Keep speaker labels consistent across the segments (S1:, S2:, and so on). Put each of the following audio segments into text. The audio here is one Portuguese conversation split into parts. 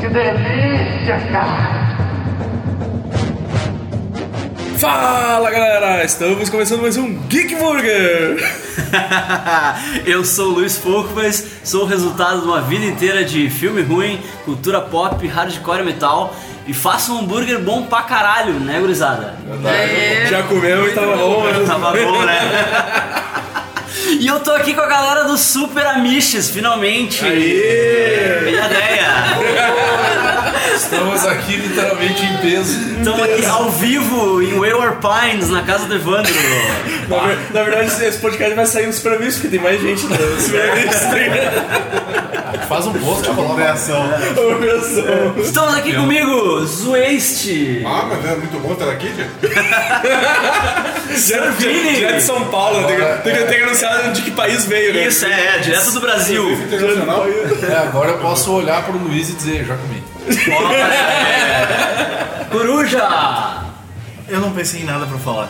S1: Que delícia, cara!
S2: Fala galera, estamos começando mais um Geek Burger!
S3: Eu sou o Luiz Forcas, sou o resultado de uma vida inteira de filme ruim, cultura pop, hardcore e metal e faço um hambúrguer bom pra caralho, né, gurizada?
S2: Já comeu e tava bom, mas-
S3: Tava bom, né? E eu tô aqui com a galera do Super Amiches, finalmente!
S2: Aê!
S3: Minha ideia!
S2: Estamos aqui literalmente em peso.
S3: Estamos aqui ao vivo em Wayward Pines, na casa do Evandro.
S2: Na, ver- na verdade, esse- esse podcast vai sair no Superviso, porque tem mais gente no Superviso.
S4: Faz um post com reação.
S2: É.
S3: Estamos aqui comigo, Zueste!
S5: Ah, mas é muito bom estar aqui, gente.
S2: Já, já, já de São Paulo, tem que, tem que- tem que anunciar de que país veio, né?
S3: Isso, é, é, direto do Brasil!
S5: Internacional.
S4: É, agora eu posso olhar pro Luiz e dizer, já comi.
S3: Coruja!
S4: Eu não pensei em nada pra falar.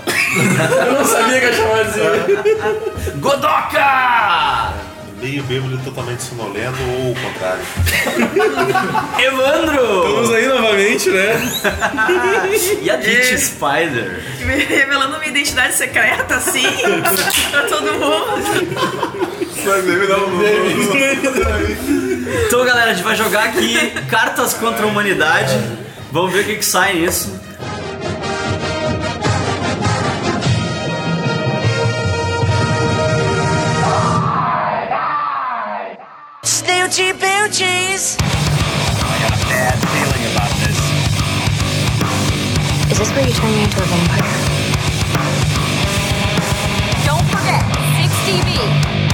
S2: Eu não sabia que ia chamar assim.
S3: Godoka!
S5: Meio bêbado totalmente sonolento ou o contrário.
S3: Evandro!
S2: Estamos aí novamente, né?
S3: E a Ditch Spider?
S6: Me revelando minha identidade secreta assim pra todo mundo.
S3: Então, galera, a gente vai jogar aqui Cartas contra a Humanidade. Vamos ver o que, que sai nisso.
S7: Snooty Booties.
S8: Is this where you turn me into a vampire?
S7: Don't forget, 6TV.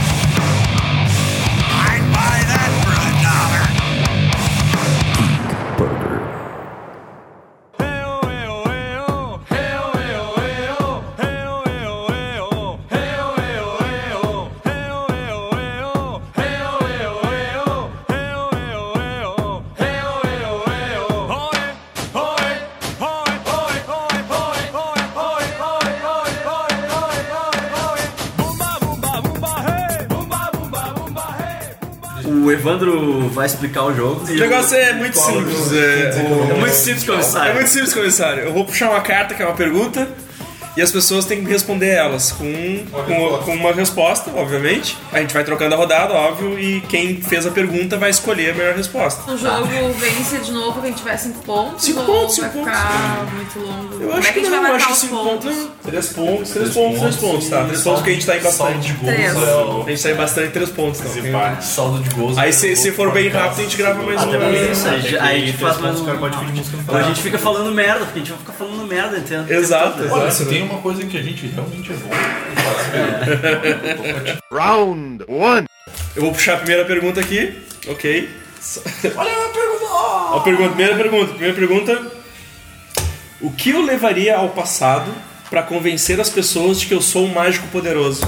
S3: O Evandro vai explicar o jogo.
S2: O negócio é muito simples. É, o-
S3: É muito simples
S2: É
S3: começar.
S2: muito simples, comissário. Eu vou puxar uma carta, que é uma pergunta, e as pessoas têm que responder elas com, com, com uma resposta, obviamente. A gente vai trocando a rodada, óbvio, e quem fez a pergunta vai escolher a melhor resposta.
S6: O jogo vence de novo quem tiver 5 pontos.
S2: Cinco
S6: ou
S2: pontos,
S6: vai
S2: cinco
S6: ficar muito longo.
S2: Eu
S6: Como
S2: acho
S6: é que a
S2: que
S6: gente
S2: não,
S6: vai
S2: eu
S6: marcar
S2: acho
S6: os
S2: cinco
S6: pontos?
S2: pontos. Três pontos, três pontos, três pontos, tá? Três pontos que a gente tá em bastante.
S4: de gols.
S6: Três.
S4: é o-
S2: A gente tá em bastante três pontos, então. tem-
S4: Saldo de gols.
S2: Aí se, se for bem rápido, a gente grava mais
S3: Até porque
S2: um.
S3: isso, É a gente, aí a gente faz mais um.
S4: no
S3: A gente fica falando merda, porque a gente vai ficar falando merda, entendeu?
S2: Exato,
S4: Olha, se
S2: exato.
S4: tem uma coisa em que a gente realmente é bom.
S2: Eu vou puxar a primeira pergunta aqui, ok? Olha a pergunta! primeira pergunta, primeira pergunta. O que eu levaria ao passado pra convencer as pessoas de que eu sou um mágico poderoso?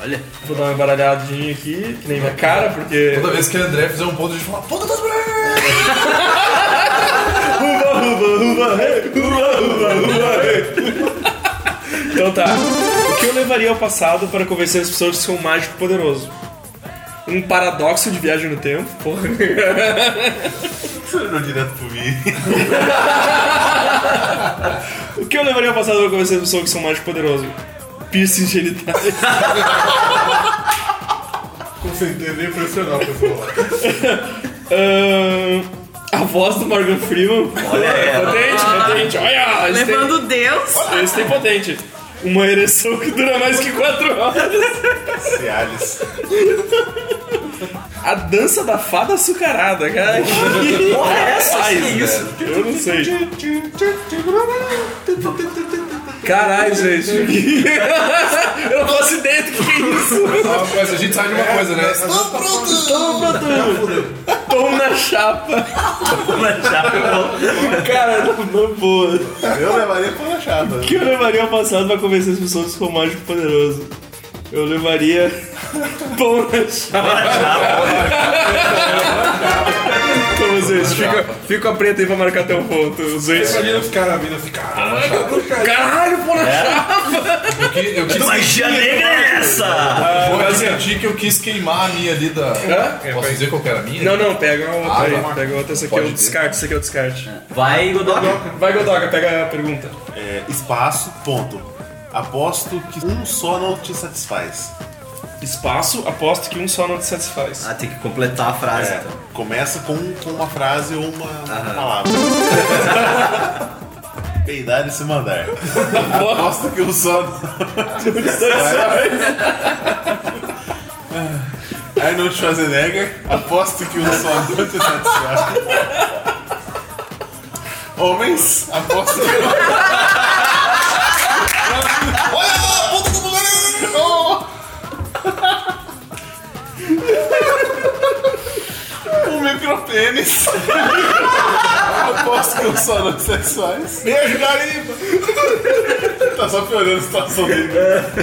S3: Olha.
S2: Vou dar uma embaralhadinha aqui, que nem minha cara, porque.
S4: Toda vez que o André fizer um ponto, a gente fala, puta das mulheres!
S2: Então tá. O que eu levaria ao passado para convencer as pessoas de que sou um mágico poderoso? Um paradoxo de viagem no tempo, porra.
S5: Não direto pro mim.
S2: O que eu levaria ao passado pra convencer as pessoas que são mais poderosas? Piercing genitais.
S5: Concentrei nem impressionar o é pessoal.
S2: Ahn, a voz do Morgan Freeman. Olha, potente, potente. Olha, esse tem,
S6: Levando Deus.
S2: esse tem potente. Uma ereção que dura mais que 4 horas.
S5: Cialis.
S2: A dança da fada açucarada, cara. Que porra é essa? isso? Eu não sei. Caralho, gente. Eu não faço ideia do que é isso.
S4: Mas a gente sabe de uma coisa, né?
S2: Pão na chapa.
S3: é
S2: Cara, não, não boa.
S5: Eu levaria pra uma chata.
S2: O que eu levaria ao passado pra convencer as pessoas com o mágico poderoso? Eu levaria.
S3: é
S2: Pão na chapa. Como vocês ficam Fica, fica preta aí pra marcar teu ponto. Os ex-
S5: Imagina os caras vindo assim, caraca, bruxa aí.
S2: Ah, Caralho, pô, na chave!
S4: Eu, que, eu quis
S3: Magia negra é essa?
S4: Vou admitir que eu quis queimar a minha ali da.
S2: assim, Hã? É,
S4: Posso dizer qual que era a minha?
S2: Não, não, pega a outra
S4: Ah,
S2: aí.
S4: não.
S2: Pega a outra, essa aqui é
S4: Pode
S2: o
S4: ver.
S2: descarte, essa aqui é o descarte.
S3: Vai, Godoka.
S2: Vai, Godoka, pega a pergunta.
S5: É, espaço, ponto. Aposto que um só não te satisfaz.
S2: Espaço, aposto que um só não te satisfaz.
S3: Ah, tem que completar a frase,
S5: É,
S3: então.
S5: começa com, com uma frase ou uma, uma palavra. Peidar e se mandar. Aposto que um só não te satisfaz. Arnold Schwarzenegger, aposto que um só não te satisfaz. Homens, aposto que Oh! um micropênis. Aposto que eu sou homossexuais. Me ajuda aí! Tá só piorando a situação dele.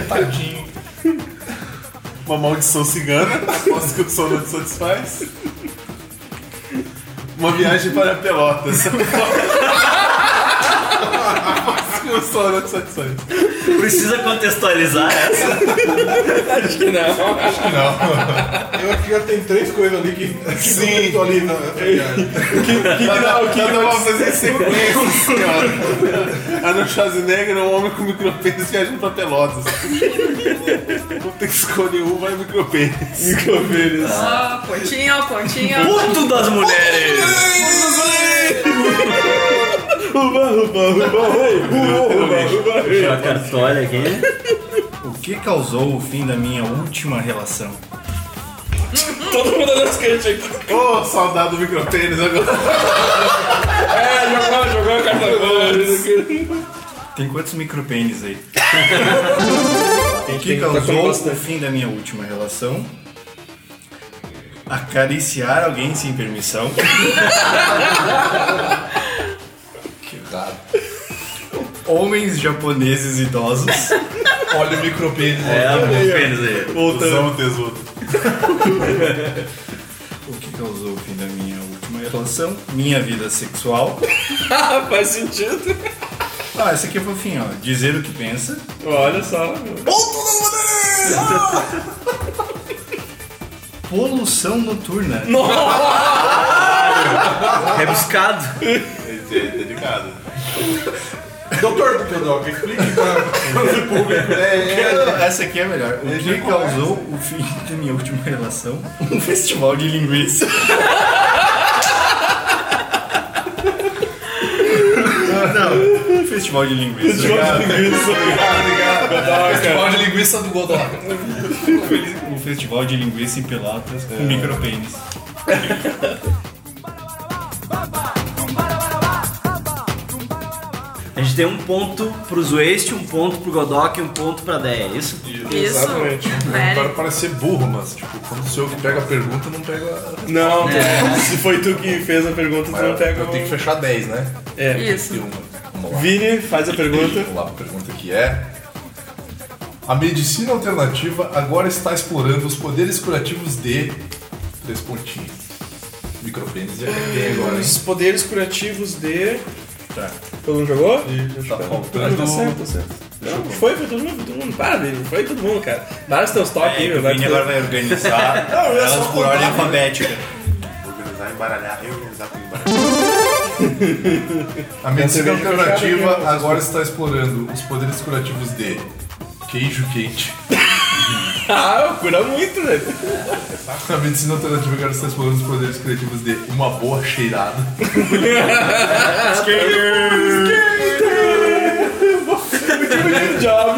S5: Tadinho. Uma maldição cigana. Aposto que o sono te satisfaz. Uma viagem para Pelotas. Aposto que o sono te satisfaz.
S3: Precisa contextualizar essa.
S9: Eu acho que já tem três coisas ali que, que
S5: Sim. É.
S9: não tô ali na viagem.
S5: Que grau, que grau fazer sequência, senhora. Arnold Schwarzenegger é um homem com micropênis viajando pra Pelotas. Vou ter que escolher um, vai micropênis. Micropênis.
S6: Ó, pontinho, ó, pontinho. ó.
S3: Puto das mulheres! Deixa a cartola aqui.
S9: O que causou o fim da minha última relação?
S2: Todo mundo dando descarte aqui.
S5: Ô, saudade do micropênis agora.
S2: É, jogou, jogou a carta boa.
S9: Tem quantos micropênis aí? O
S2: tem-
S9: que
S2: tá com
S9: causou o
S2: bastante.
S9: fim da minha última relação? Acariciar alguém sem permissão.
S4: Que errado.
S9: Homens japoneses idosos.
S4: Olha o micropênis.
S3: É, o pênis aí.
S5: Voltamos, tesouro.
S9: O que causou o fim da minha última relação? Minha vida sexual.
S2: Ah, faz sentido.
S9: Ah, essa aqui é fofinha, ó. Dizer o que pensa. É.
S2: Olha só.
S9: Poluição noturna.
S3: Rebuscado.
S5: É, é delicado.
S9: Doutor Pedroca, explique para o público. Essa aqui é melhor. O que causou o fim da minha última relação? Um festival de linguiça. Não, um festival de linguiça.
S4: Festival de linguiça do Godoka.
S9: Um festival de linguiça em Pelotas com micropênis.
S3: A gente tem um ponto pro Zueste, um ponto pro Godok e um ponto pra Deia, é isso?
S6: Isso.
S4: Exatamente.
S6: Velho.
S4: Agora parece ser burro, mas tipo, quando sou eu que pega a pergunta, não pega.
S2: Não, tu- se foi tu que fez a pergunta, tu não pega.
S4: É. Eu tenho que
S2: o-
S4: fechar 10, né?
S2: É.
S4: E
S6: Isso.
S4: uma. Vamos lá.
S2: Vini, faz a pergunta.
S4: Vamos lá, a pergunta que é. A medicina alternativa agora está explorando os poderes curativos de. Três pontinhos. Micropênis já tem agora, hein?
S2: Os poderes curativos de.
S9: Tá.
S2: Todo mundo jogou?
S4: Tá
S2: Não, tá
S4: faltando.
S2: certo, tá certo. Não, foi, foi todo mundo, todo mundo. Para, Vini, foi todo mundo, cara. Vários teus toques aí,
S9: É,
S2: meu.
S9: o Vini
S2: vários
S9: agora
S2: teus-
S9: vai organizar elas por ordem alfabética.
S5: Organizar, embaralhar, reorganizar com embaralhar.
S4: A medicina
S2: cerveja fechada,
S4: alternativa agora está explorando os poderes curativos de. Queijo quente.
S2: Ah, cura muito, velho. Tá.
S4: A medicina alternativa agora está explorando os poderes curativos de uma boa cheirada.
S2: Já,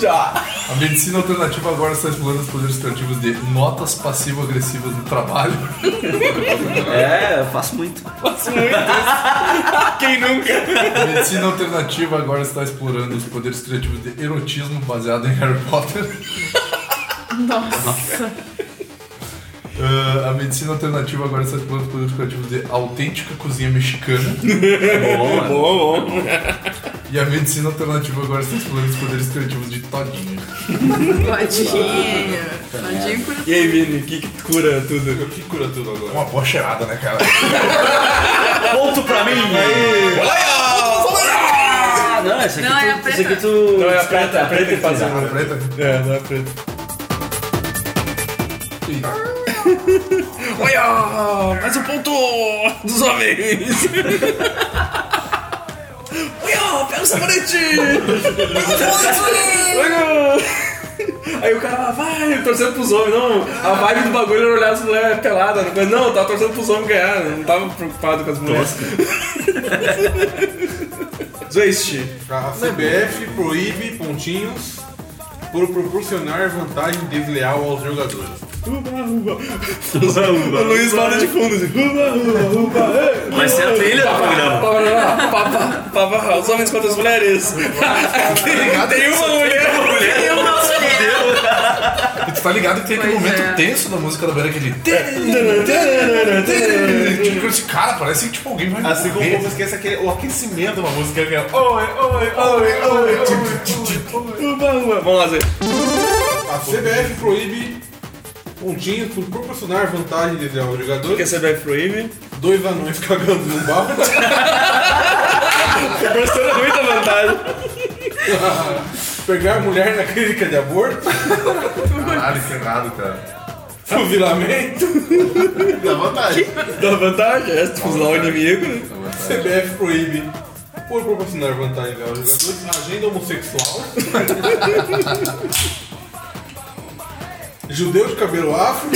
S2: já.
S4: A medicina alternativa agora está explorando os poderes curativos de notas passivo-agressivas no trabalho.
S3: É, eu faço muito.
S2: Quem nunca?
S4: A medicina alternativa agora está explorando os poderes criativos de erotismo baseado em Harry Potter.
S6: Nossa.
S4: Ah, a medicina alternativa agora está explorando os poderes criativos de autêntica cozinha mexicana.
S3: Bom,
S2: Bom, bom.
S4: E a medicina alternativa agora está explorando os poderes criativos de todinho.
S6: Todinho. Todinho por
S2: E aí, Vini, o que, que tu cura tudo?
S4: Que cura tudo agora? Uma boa cheirada, né, cara?
S9: Ponto pra mim!
S3: Ah, não, esse aqui
S6: Não,
S3: tu,
S6: é a
S3: esse aqui
S6: preta.
S3: tu
S2: Não, é a
S3: descarta.
S2: preta, a preta que faz a-
S4: Na preta?
S2: É, não é preto. Olha! Mais um ponto dos homens! Olha! Pega o sabonete! Olha! Aí o cara lá, vai, torcendo pros homens. Não, a vibe do bagulho era olhar as mulheres peladas. Mas não, eu tava torcendo pros homens ganhar. né? eu Não tava preocupado com as mulheres. Zwist,
S5: A CBF proíbe pontinhos por proporcionar vantagem desleal aos jogadores.
S2: o Luiz roda de fundo assim.
S3: Vai ser a trilha do programa.
S2: Pá, pá, pá, pá, pá, Os homens contra as mulheres. Tem- Tem uma mulher.
S6: Eu não sei.
S4: E tu tá ligado que tem aquele
S6: Pois
S4: momento
S6: é.
S4: tenso da música da banda, aquele. Tipo, esse cara parece que tipo, alguém vai
S5: Assim como o
S4: morrer.
S5: povo esquece aquele, o aquecimento da música que é
S4: Oi, oi, oi, oi, oi, oi.
S2: Uma, uma. Vamos lá, Zé.
S5: A CBF proíbe pontinhos por proporcionar vantagem desleal aos
S2: Porque
S5: jogadores.
S2: você vai proíbe.
S5: Dois anões cagando num barro.
S2: Tá Gostando muita vantagem.
S5: Pegar a mulher na clínica de aborto.
S4: Caralho, que errado, cara.
S5: Fuzilamento.
S4: Dá vantagem.
S2: Dá vantagem, é, se tu fuzilar o inimigo. né?
S5: CBF proíbe. Por proporcionar vantagem aos jogadores, agenda homossexual. Judeu de cabelo afro.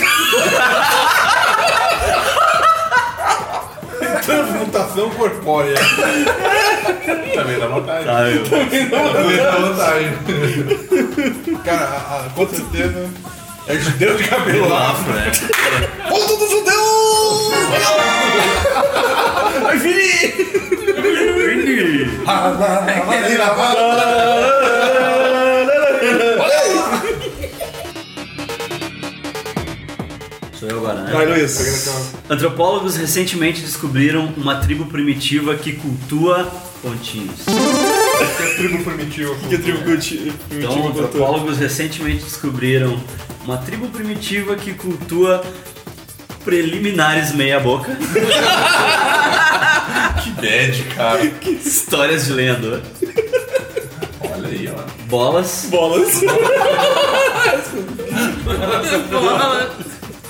S5: Transmutação corpórea.
S4: Também dá vantagem.
S3: Ah, eu-
S4: Também dá
S9: tá
S4: vantagem.
S5: Cara, a- a- com certeza é judeu de cabelo afro.
S4: né? Ponto do judeu!
S2: Ai, Vini!
S9: É,
S4: Tá
S3: Sou eu agora, né?
S2: Vai,
S4: Tá
S2: Luiz.
S3: Antropólogos recentemente descobriram uma tribo primitiva que cultua pontinhos.
S5: Tribo primitivo.
S2: Que é tribo curti-
S3: Então,
S2: primitiva contou?
S3: antropólogos recentemente descobriram uma tribo primitiva que cultua preliminares meia-boca,
S4: Que bad, cara.
S3: histórias de lenda,
S4: Olha aí, ó.
S3: bolas,
S2: Bolas.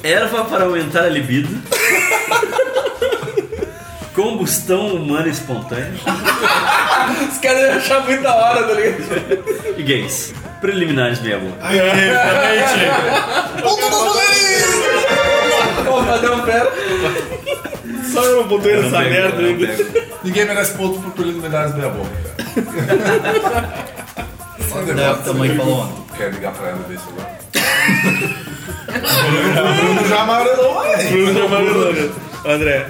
S3: erva para aumentar a libido, combustão humana espontânea
S2: Os caras iam achar muito da hora, tá ligado?
S3: e gays. Preliminares meia-boca.
S2: Ponto dos mulheres! Vou fazer um pera. Só eu não botei nessa
S3: né?
S2: merda ainda.
S4: Ninguém merece ponto por preliminares da minha boca, cara. Só
S9: É,
S4: devolve.
S9: tamanho falou ontem.
S4: Quer ligar pra ela desse celular? O Bruno já amarelou, hein?
S2: Bruno já falou, né? André.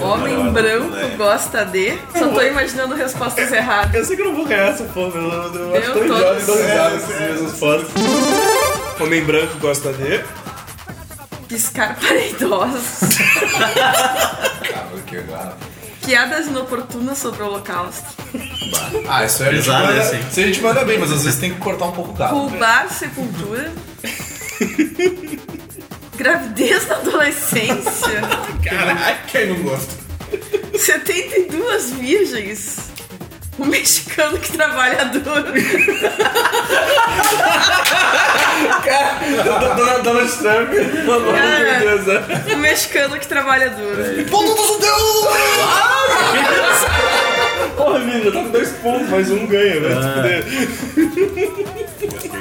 S6: Homem branco gosta de. Só tô imaginando respostas erradas.
S2: Eu sei que eu não vou ganhar essa porra, eu, eu acho
S6: Eu
S2: tão
S6: tô-
S2: idiota e tão risada essas mesmas fotos. assim, Homem branco gosta de.
S6: Piscar para idosos.
S4: Cara, que errado.
S6: Piadas inoportunas sobre o holocausto.
S4: Ah, isso é a gente
S3: Pesado,
S4: manda-
S3: né, assim?
S4: Se a gente manda bem, mas às vezes tem que cortar um pouco o carro.
S6: Roubar sepultura. Gravidez na adolescência.
S5: Quem não gosta?
S6: 72 virgens. O mexicano que trabalha duro.
S2: Dona, Donald Trump. Mano,
S6: Cara.
S2: meu Deus, né?
S6: O mexicano que trabalha duro.
S2: Porra, Vini, já tá com dois pontos, mas um ganha, velho. Se fuder.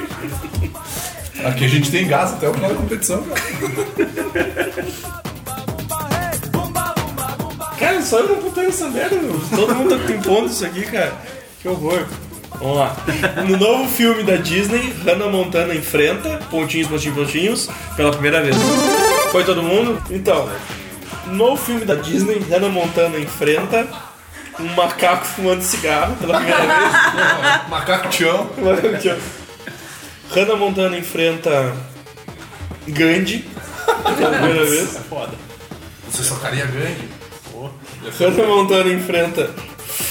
S4: Aqui a gente tem gás até o final da competição, cara.
S2: Cara, só eu não botei essa merda, meu. Todo mundo tá tem ponto isso aqui, cara. Que horror. Vamos lá. No novo filme da Disney, Hannah Montana enfrenta pontinhos, pontinhos, pontinhos pela primeira vez. Foi todo mundo? Então, no filme da Disney, Hannah Montana enfrenta um macaco fumando cigarro pela primeira vez.
S4: Macaco tchão.
S2: Hannah Montana enfrenta Gandhi pela primeira vez.
S4: Você socaria grande.
S2: Hannah Montana enfrenta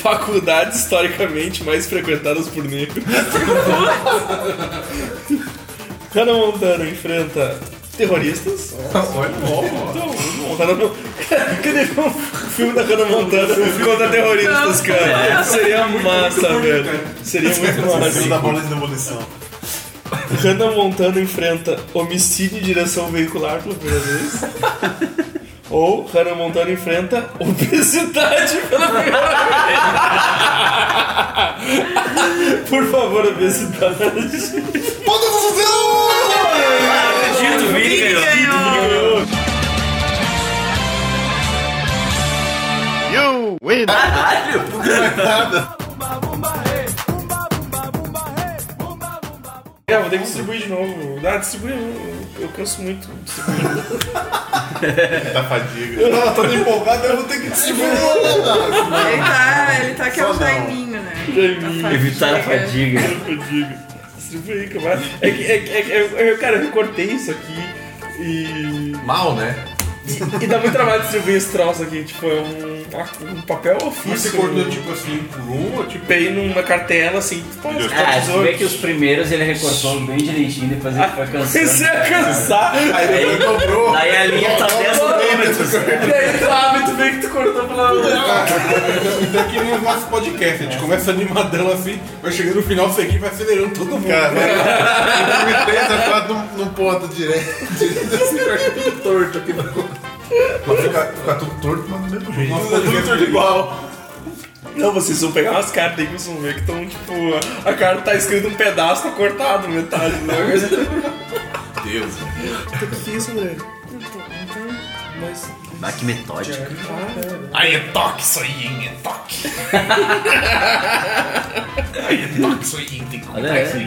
S2: faculdades historicamente mais frequentadas por negros. Hannah Montana enfrenta terroristas.
S4: Olha, ó, ó.
S2: Então, Hannah Mon- Que nem um filme da Hannah Montana contra terroristas,
S4: É.
S2: cara. Seria massa, velho. Seria muito
S4: Filho da
S2: massa.
S4: bola de demolição.
S2: Hannah Montana enfrenta homicídio em direção veicular pela primeira vez. Ou Hannah Montana enfrenta obesidade pela primeira vez. Por favor, obesidade.
S4: Ponta do É,
S3: Acredito, Vini ganhou. Caralho!
S2: É, vou ter que distribuir de novo. Ah, distribui, eu, eu canso muito.
S4: Da fadiga. Eu tava todo empolgado, eu vou ter que distribuir.
S6: Ele tá, ele tá que é um Jaiminho, né?
S2: Jaiminho.
S3: Evitar a fadiga.
S2: Digo, distribui aí, camarada. É que, é, que- é, que- é, eu- cara, eu cortei isso aqui e.
S4: Mal, né?
S2: E, e dá muito trabalho distribuir esse troço aqui. Tipo, é um, um papel
S4: Mas
S2: ofício.
S4: você cortou tipo assim por um ou tipo.
S2: Pei numa cartela assim. Pô, esse
S3: É, você vê que os
S2: tesouro.
S3: primeiros ele recortou bem direitinho, depois ele foi
S2: Você
S3: cansando.
S2: ia é cansar.
S4: Aí ele dobrou.
S3: Daí a
S4: é
S3: linha tá 10 centímetros.
S2: E aí,
S4: tá
S2: tu abre, tu vê Ah, que tu cortou né? pela.
S5: Então é que nem o nosso podcast, a gente começa animadão assim, vai chegando no final, você aqui vai acelerando todo mundo.
S4: Cara, eu me três a tá quatro num, num ponto direto. Direto assim, eu acho tudo torto aqui na conta. Mas fica, fica tudo torto, mas do mesmo jeito.
S5: Nosso podcast é igual.
S2: Não, vocês vão pegar umas cartas aí que vocês vão ver que estão, tipo. A carta tá escrita um pedaço, tá cortado metade. Né?
S4: Deus.
S2: O que é isso, velho? Então, mas.
S3: Ah, que metódico.
S4: Aí é toque isso aí, hein? É toque. Aí é toque isso aí, hein? Tem que
S3: Olha, é.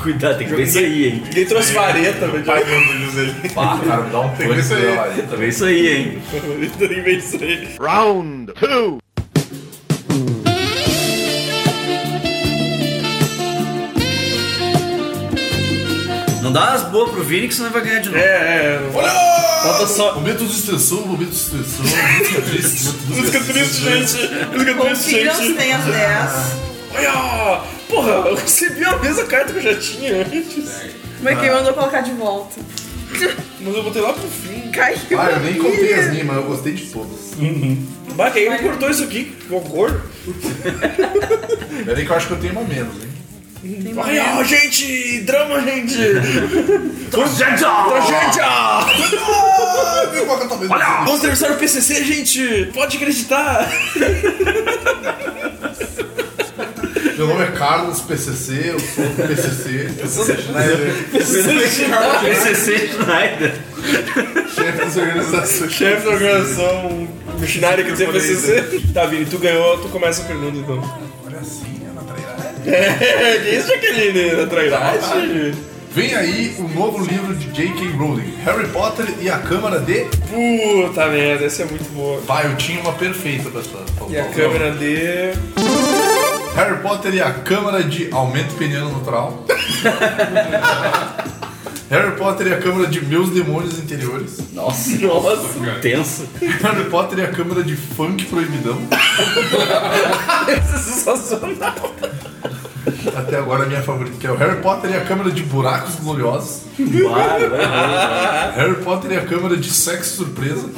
S3: Cuidado, tem que ver isso aí, hein?
S2: Ninguém trouxe vareta, velho.
S4: Pai meu Deus, ele. Cara, dá um
S9: Olha
S4: tempo isso aí.
S3: Tem que ver isso aí, hein?
S2: Eu nem pensei.
S3: Não dá umas boas pro Vini que senão ele vai ganhar de novo.
S2: É, é. Falta só.
S4: Momento de extensão, momento de extensão, música triste,
S2: Música triste, gente. Música triste,
S6: Confiram se
S2: gente.
S6: tem as 10.
S4: Ah.
S2: Olha! Porra, eu recebi a mesma carta que eu já tinha antes.
S6: Mas quem mandou colocar de volta?
S2: Mas eu botei lá pro fim.
S6: Caiu.
S4: Ah, eu nem contei as minhas, mas eu gostei de todas.
S2: Bah, quem me cortou isso aqui? Que horror.
S4: Peraí que eu acho que eu tenho uma menos, hein?
S2: Olha, ó, gente! Drama, gente! Tragédia! Ah,
S4: Olha!
S2: Vamos atravessar o PCC, gente! Pode acreditar!
S4: Meu nome é Carlos PCC, eu sou do PCC. Eu sou
S2: um
S3: PCC Schneider.
S4: é, chefe das organizações.
S2: Chefe da organização missionária que dizia PCC. Tá, Vini, tu ganhou, tu começa a pergunta então.
S4: Olha assim, Ana Trairá.
S2: É, que isso, Jaqueline? Tá Na trairagem?
S4: Vem aí o novo livro de J.K. Rowling, Harry Potter e a Câmara de...
S2: Puta merda, essa é muito boa.
S4: Pai, eu tinha uma perfeita pra essa.
S2: E a câmera de.
S4: Harry Potter e a Câmara de Aumento Peniano Natural. Harry Potter e a Câmara de Meus Demônios Interiores.
S3: Nossa, nossa, intenso.
S4: Harry Potter e a Câmara de Funk Proibidão.
S2: Essa é sensacional.
S4: Até agora a minha favorita, que é o Harry Potter e a Câmara de Buracos Gloriosos.
S2: né?
S4: Harry Potter e a Câmara de Sexo Surpresa.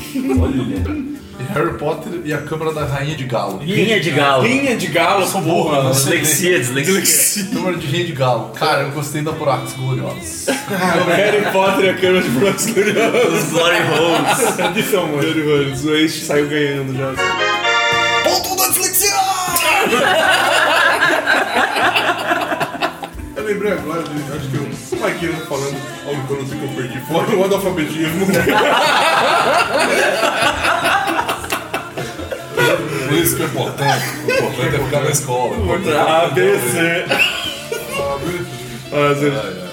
S3: Olha.
S4: E Harry Potter e a Câmara da Rainha de Galo.
S3: Linha de galo.
S2: Linha de galo,
S4: né?
S2: porra.
S3: Dislexia, dislexia.
S4: Câmara de Rainha de Galo. Cara, eu gostei da Buracos Gloriosos.
S2: Harry Potter e a câmera de Buracos Gloriosos.
S3: Os glory holes.
S2: Então, mano, mano, o Ace saiu ganhando já. É
S4: Ponto da dislexia!
S5: Eu lembrei agora, de- acho que eu. Como é que eu tô falando algo que eu não sei que eu perdi? Fora o analfabetismo.
S4: Por isso que é importante. O importante é ficar na escola.
S2: A, B, C. Ah, Zé.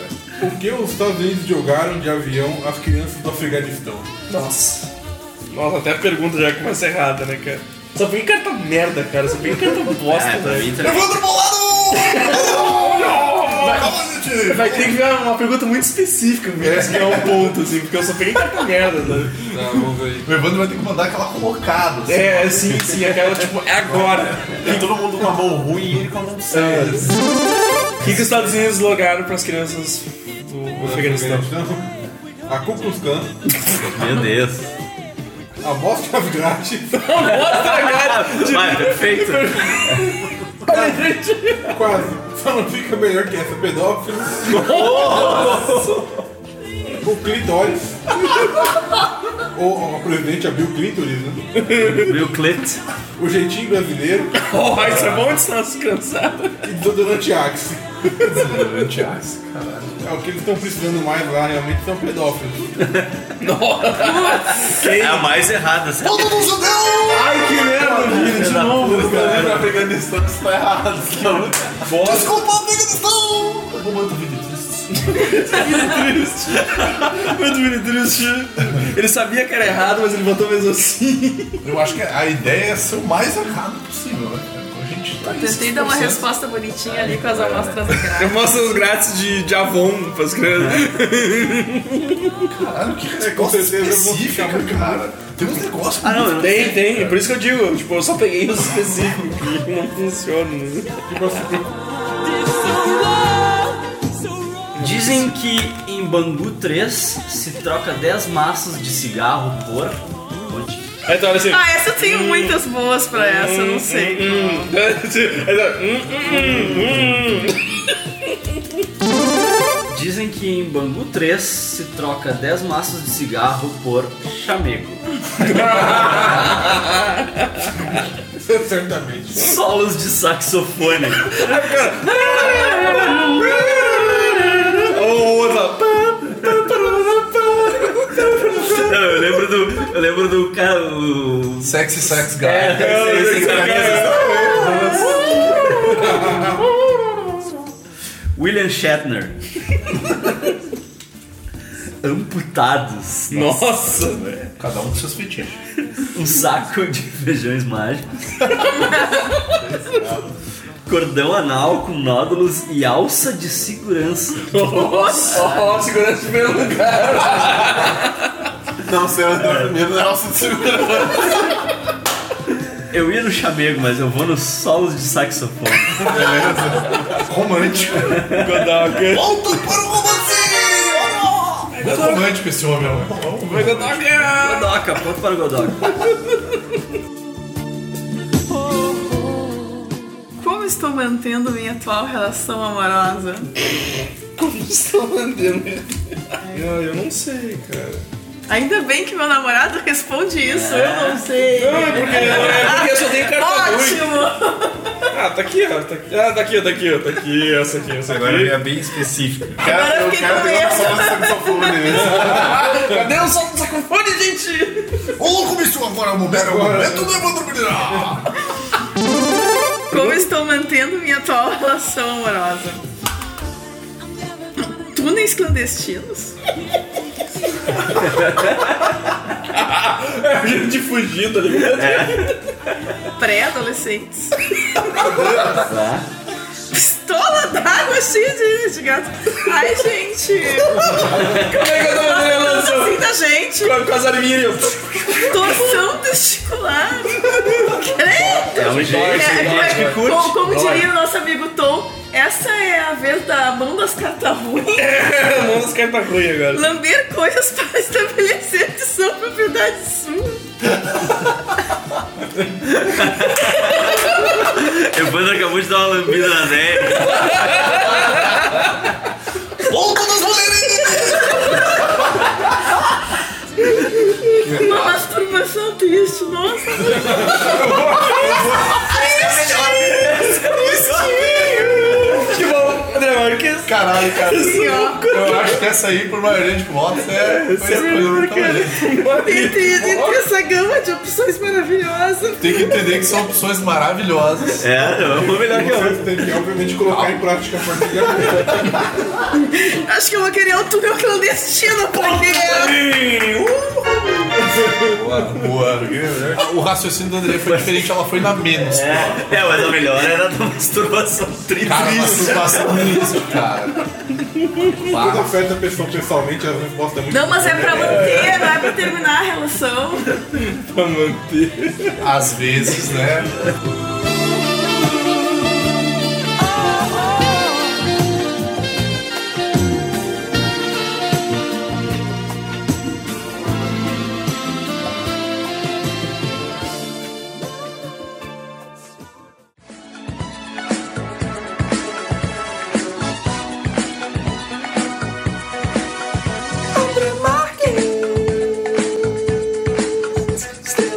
S5: O que os Estados Unidos jogaram de avião às crianças do Afeganistão?
S2: Nossa. Nossa, até a pergunta já começa errada, né, cara? Só peguei carta merda, cara. Só peguei carta bosta, né?
S3: É, pra mim
S2: velho.
S3: também.
S2: Vai ter que ver uma pergunta muito específica pra é. ganhar um ponto, assim, porque eu só peguei carta merda, né?
S5: Tá, vamos ver.
S4: O Evandro vai ter que mandar aquela colocada. assim.
S2: É, sim, sim, aquela tipo, é agora.
S4: Tem todo mundo com a mão ruim e ele com a mão séria.
S2: O que, que os Estados Unidos logaram pras crianças do Afeganistão?
S5: Afeganistão. A Ku Klux Klan,
S3: Meu Deus.
S5: A bosta da viagem
S3: Vai, perfeito.
S5: quase. Só não fica melhor que essa. Pedófilo. o clitóris. Ou a presidente abriu o clítoris, né?
S3: Meu clit.
S5: O jeitinho brasileiro
S2: Oh, isso é bom de estar descansado.
S5: e desodorante Axe. Desodorante Axe, caralho. É o que eles estão precisando mais lá, realmente
S4: um
S5: são pedófilos.
S3: É a mais errada, certo?
S5: Ai, que merda, gente, de novo, cara.
S4: Tá pegando isso, isso tá errado.
S2: Muito bonito, triste. Ele sabia que era errado, mas ele botou mesmo assim.
S4: Eu acho que a ideia é ser o mais errado possível, né? cara? Então A gente tá
S6: Tentei dar uma resposta bonitinha ali com as amostras
S4: É.
S2: Eu
S6: grátis.
S2: mostro os grátis de, de Avon pras crianças.
S4: Caralho, que resposta específica, cara. Tem uns negócios
S3: Ah, não, eu não-
S2: Tem, tem. É por isso que eu digo. Tipo, eu só peguei os específicos que não né? funcionam.
S3: Dizem que em Bangu 3 se troca 10 maços de cigarro por.
S2: Aí tu olha assim.
S6: Ah, essa eu tenho muitas boas pra essa, eu não sei.
S2: Hum. Aí tu olha, hum, hum, hum, hum.
S3: Dizem que em Bangu 3 se troca 10 maços de cigarro por chamego.
S5: Certamente.
S3: Solos de saxofone.
S2: Ou outra.
S3: Não, eu lembro do. Eu lembro do cara. O...
S4: Sexy Sex
S3: É,
S4: Guy.
S3: Sem camisa. é, é. William Shatner. Amputados.
S2: Nossa.
S4: Cada um com seus fetiches.
S3: um saco de feijões mágicos, cordão anal com nódulos e alça de segurança.
S2: Ó, oh, segurança de primeiro lugar.
S5: Não, você
S4: É.
S5: andou primeiro na alça de segurança.
S3: Eu ia no chamego, mas eu vou nos solos de saxofone.
S4: Romântico.
S2: Godoka.
S4: Volta para o romancinho! Muito romântico esse homem, ó.
S2: é
S3: Godoca, ponto para o Godoca.
S6: Como estou mantendo minha atual relação amorosa?
S2: Não, eu não sei, cara.
S6: Ainda bem que meu namorado responde isso, eu não sei.
S2: Não, é porque, é porque eu só tenho carta ruim.
S6: Ótimo!
S2: Ah, tá aqui, ó. Tá aqui, ah, tá aqui, ó, tá aqui, ó, tá aqui, essa aqui, essa
S9: Agora
S2: aqui.
S9: é bem específica.
S6: Agora eu
S5: eu
S6: fiquei
S5: quero
S6: com
S5: ter uma
S6: medo.
S5: sala de saxofone nesse.
S2: Cadê o salto do saxofone, gente?
S4: Ô, louco, bicho, agora é o momento. É o momento do Evandro Brilhar.
S6: Como estou mantendo minha atual relação amorosa? Túneis clandestinos?
S2: É o jeito de fugir, tá ligado?
S6: É. Pré-adolescentes? Pistola d'água cheia de, de gato. Ai, gente!
S2: Como é que eu tava fazendo a lança?
S6: Assim da gente!
S2: Com a- Com as arminhas. eu-
S6: Torção testicular! Credo!
S3: É um
S6: É,
S3: jeito.
S6: é, é, como, como diria o nosso amigo Tom, essa é a vez da mão das cartas ruins.
S2: É, mão das cartas ruins agora.
S6: Lamber coisas para estabelecer que são propriedade sua.
S3: Evandro acabou de dar uma lambida na Néia.
S4: Volta das mulheres!
S2: É.
S6: Uma masturbação triste, nossa.
S2: Que bom, André Marques.
S4: Caralho, é cara. Eu acho que essa aí, por maioria de votos, é... foi escolhida por maioria.
S6: Entre, entre essa gama de opções maravilhosas.
S4: Tem que entender que são opções maravilhosas.
S3: É, não, é uma melhor que a outra.
S5: Você tem que, obviamente, colocar em prática a partir de agora.
S6: Acho que eu vou querer um túnel clandestino porque
S4: Boa. O raciocínio do André foi diferente, ela foi na menos.
S3: É, é, mas a melhor era da masturbação triste.
S4: Cara, masturbação nisso, cara.
S5: Quando afeta a pessoa pessoalmente, a resposta é muito
S6: Não, mas é pra manter, não é pra terminar a relação.
S2: Pra manter.
S4: Às vezes, né?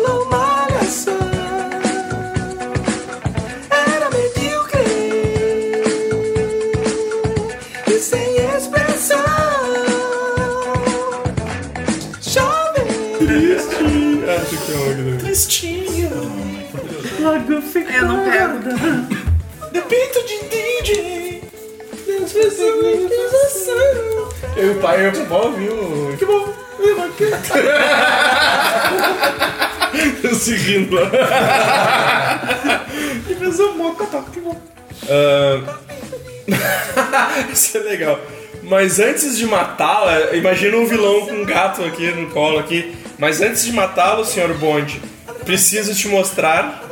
S10: não malhação. Era medíocre e sem expressão. Jovem.
S2: Triste. Acho que é o Guilherme.
S10: Tristinho. Logo ficou. Eu não pego. De pinto de Didi. Deus fez a minha
S9: Eu e o pai, eu mal viu.
S10: Que bom. Eu não quero.
S2: Eu seguindo lá.
S10: Que pessoa moca, tá? Que bom.
S2: Ah, Isso é legal. Mas antes de matá-la, imagina um vilão com um gato aqui no colo aqui. Mas antes de matá-lo, senhor Bond, preciso te mostrar.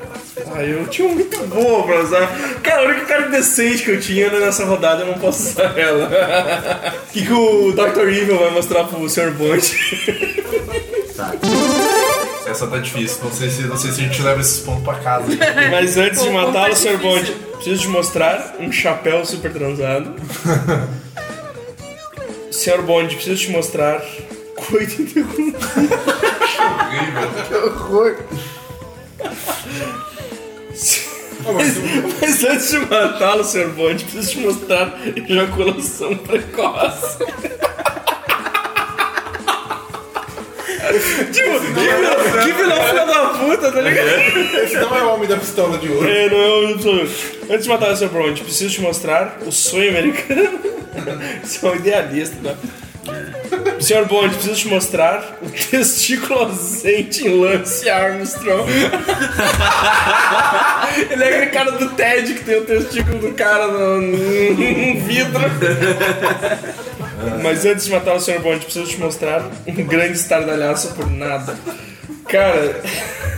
S2: Ah, eu tinha um muito boa pra usar. Cara, a única cara decente que eu tinha né, nessa rodada, eu não posso usar ela. O que, que o Dr. Evil vai mostrar pro senhor Bond?
S4: Essa tá difícil. Não sei, se, não sei se a gente leva esses pontos pra casa.
S2: Mas antes de
S6: Bom, bom,
S2: matá-lo,
S6: tá
S2: senhor Bond,
S6: difícil.
S2: preciso te mostrar um chapéu super transado. senhor Bond, preciso te mostrar. Coito de um. Mas, mas antes de matá-lo, senhor Bond, preciso te mostrar ejaculação precoce. tipo, que vilão, que vilão filho da puta, tá ligado?
S4: Esse não é o homem da pistola de ouro.
S2: É, não é um absurdo. Antes de matar o Sr. Bronte, preciso te mostrar o sonho americano. Você é um idealista, né? Sr. Bond, preciso te mostrar o testículo ausente em Lance Armstrong. Ele é aquele cara do Ted que tem o testículo do cara no, num vidro. Mas antes de matar o Sr. Bond, preciso te mostrar um grande estardalhaço por nada. Cara,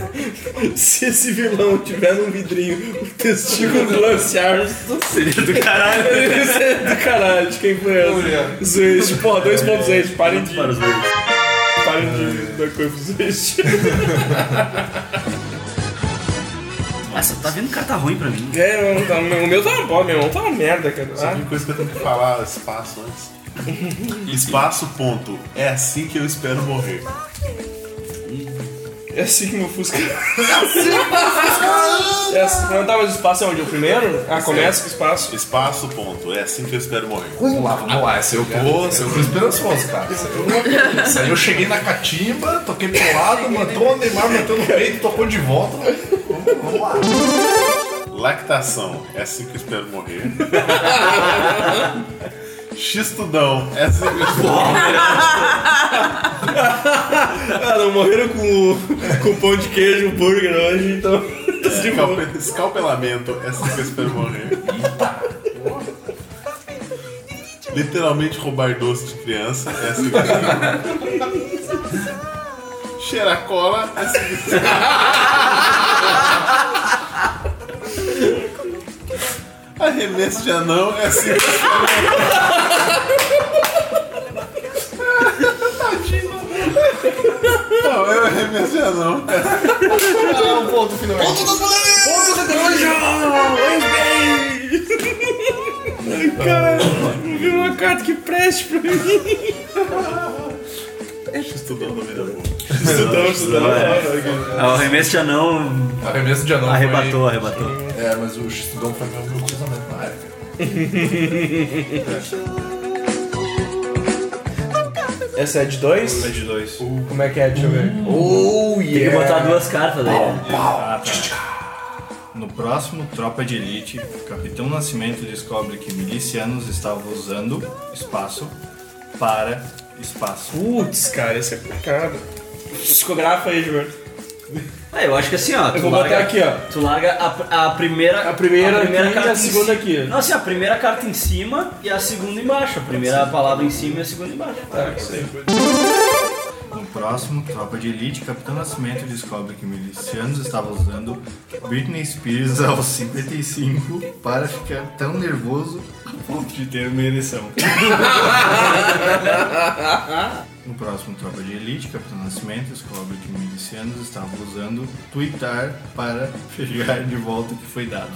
S2: se esse vilão tiver num vidrinho o testículo do Lance Armstrong,
S3: Seria do caralho.
S2: isso é do caralho, de quem foi essa? Zueste, porra, 2.6, parem de.
S3: Para os dois.
S2: Parem de dar coisa pro Zueste.
S3: Nossa, tá vindo carta ruim pra mim.
S2: É, não, tá, o meu tá uma bosta, meu irmão tá uma merda, cara.
S5: Sabe
S2: Ah,
S5: uma coisa que eu tenho que falar espaço antes? espaço, ponto. É assim que eu espero morrer.
S2: é assim que meu Fusca. É assim, não tá mais espaço, é onde? O primeiro? Ah, começa com o espaço.
S5: Espaço, ponto. É assim que eu espero morrer.
S4: Vamos lá, vamos lá. Esse eu tô, esse eu tô esperançoso, cara. Esse eu, esse aí eu cheguei na catimba, toquei pro lado, matou o Neymar, meteu no peito, tocou de volta. Vamos, vamos lá.
S5: Lactação, é assim que eu espero morrer. Xistudão, é assim que eu espero morrer.
S2: Ah, não, morreram com o, com o pão de queijo, o burger hoje, então. Tá de boa.
S5: Escalpe- Escalpelamento, é assim que eu espero morrer. Literalmente roubar doce de criança, é assim que eu espero morrer. Cheirar cola, é assim que eu espero morrer. Arremesso de anão, é assim que eu espero morrer. Não, eu arremesso de anão.
S2: Cara, não vi uma carta que preste pra mim.
S5: Xistudão, não me dá bom.
S2: Estudão, estudão. É.
S3: Ah, O remesso de anão
S4: Arremesso de anão. foi-
S3: arrebatou, arrebatou.
S4: É, mas o Xistudão foi meu, meu cruzamento na área.
S2: Essa é de dois?
S9: de dois.
S2: Como é que é? Deixa eu ver.
S9: Oh,
S3: Uhum. Tem que
S9: yeah.
S3: botar duas cartas né? daí.
S9: No próximo Tropa de Elite, Capitão Nascimento descobre que milicianos estavam usando espaço para espaço.
S2: Putz, cara, esse é pecado. Psicografa aí, Gilberto.
S3: Ah, eu acho que assim, ó.
S2: Eu vou botar aqui, ó.
S3: Tu larga a, a primeira.
S2: A primeira aqui e a
S3: em
S2: segunda
S3: ci-
S2: aqui.
S3: Não, assim, a primeira carta em cima e a segunda embaixo. A primeira palavra em cima e a segunda embaixo.
S2: tá
S9: No próximo Tropa de Elite, Capitão Nascimento descobre que milicianos estavam usando Britney Spears aos 55 para ficar tão nervoso a ponto de ter uma ereção. No próximo Tropa de Elite, Capitão Nascimento descobre que milicianos estavam usando twittar para pegar de volta o que foi dado.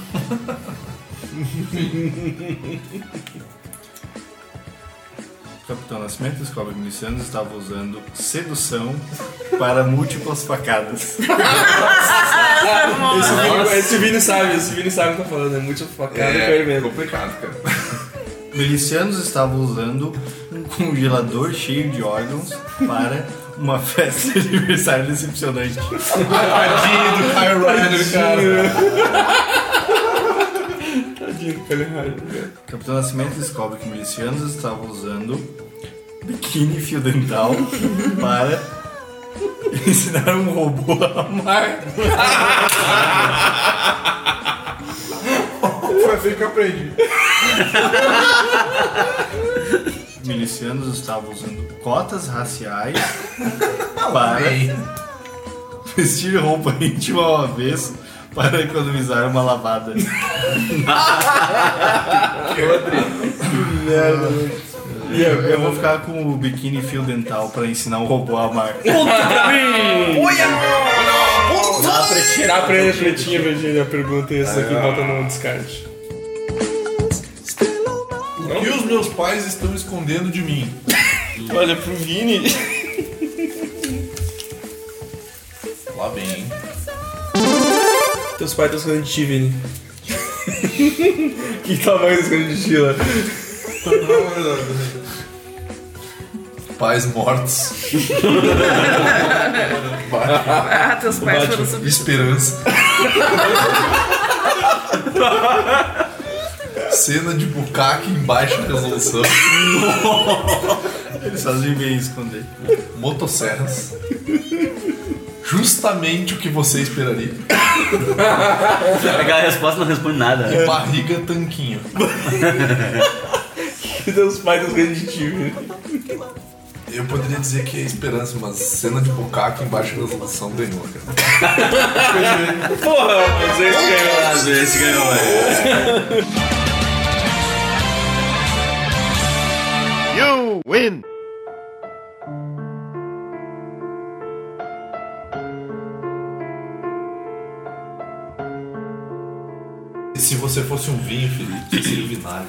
S9: Capitão Nascimento descobre que milicianos estavam usando sedução para múltiplas facadas.
S2: esse, Vini, esse Vini sabe, esse Vini sabe o que tá falando, é muito facada
S9: É,
S2: com ele mesmo.
S4: complicado, cara.
S9: Milicianos estavam usando um congelador cheio de órgãos para uma festa de aniversário decepcionante.
S4: Tadinho do Kylo Ren,
S9: cara. Tadinho do Kylo Ren. Capitão Nascimento descobre que milicianos estavam usando biquíni fio dental para ensinar um robô a amar.
S4: Foi assim que eu aprendi.
S9: milicianos estavam usando cotas raciais para vestir roupa íntima ao avesso para economizar uma lavada. Merda. Eu, eu vou ficar com o biquíni fio dental para ensinar o robô a amar.
S2: Conta pra mim!
S9: Dá pra
S2: Dá pra ele a pretinha, Virgínia, a pergunta e essa aqui
S4: Ah.
S2: bota no descarte.
S4: O que os meus pais estão escondendo de mim?
S2: Olha, pro Vini.
S4: Lá vem, hein?
S2: Teus pais estão escondendo de ti, Vini. que tamanho tá escondendo de ti, lá?
S4: Pais mortos.
S6: Ah, teus pais foram sub...
S4: Esperança. Cena de bucaque em baixa resolução.
S9: Eles fazem bem esconder.
S4: Motosserras. Justamente o que você esperaria.
S3: Aquela resposta não responde nada.
S4: E barriga tanquinho.
S2: Que teus pais estão escondendo de ti, Vini.
S4: Eu poderia dizer que é esperança, mas cena de bucaque em baixa resolução ganhou, cara.
S2: Porra, mas esse ganhou.
S3: Às vezes ganhou,
S10: You win!
S4: E se você fosse um vinho, Felipe, seria vinagre.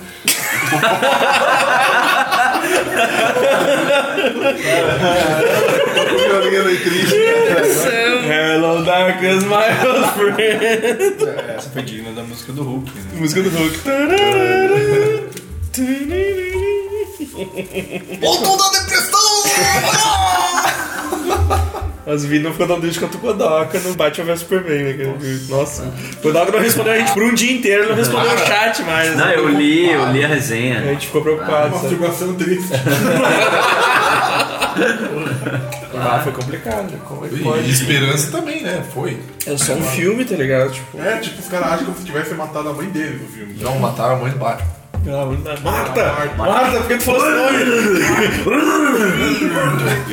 S2: Hello, darkness, my old friend.
S9: Essa foi digna da música do Hulk, né?
S2: Música do Hulk.
S4: Voltou da depressão!
S2: As Vini não ficou dando isso quanto o Kodaka no Batman vs Superman, né? cara? Nossa. O Kodaka não respondeu a gente por um dia inteiro, ele não respondeu o chat mais.
S3: Não,
S2: né?
S3: eu li, eu li a
S2: A
S3: resenha.
S2: gente ficou preocupado, sabe?
S4: afirmação triste.
S2: Ah, foi complicado. Como é que
S4: E
S2: pode?
S4: esperança também, né? Foi.
S2: É só um filme, tá ligado? Tipo,
S5: É, tipo, os caras acham como se tivesse matado a mãe dele no filme.
S4: Não, mataram a mãe do Batman.
S2: Marta! Marta, por que tu falou esse nome?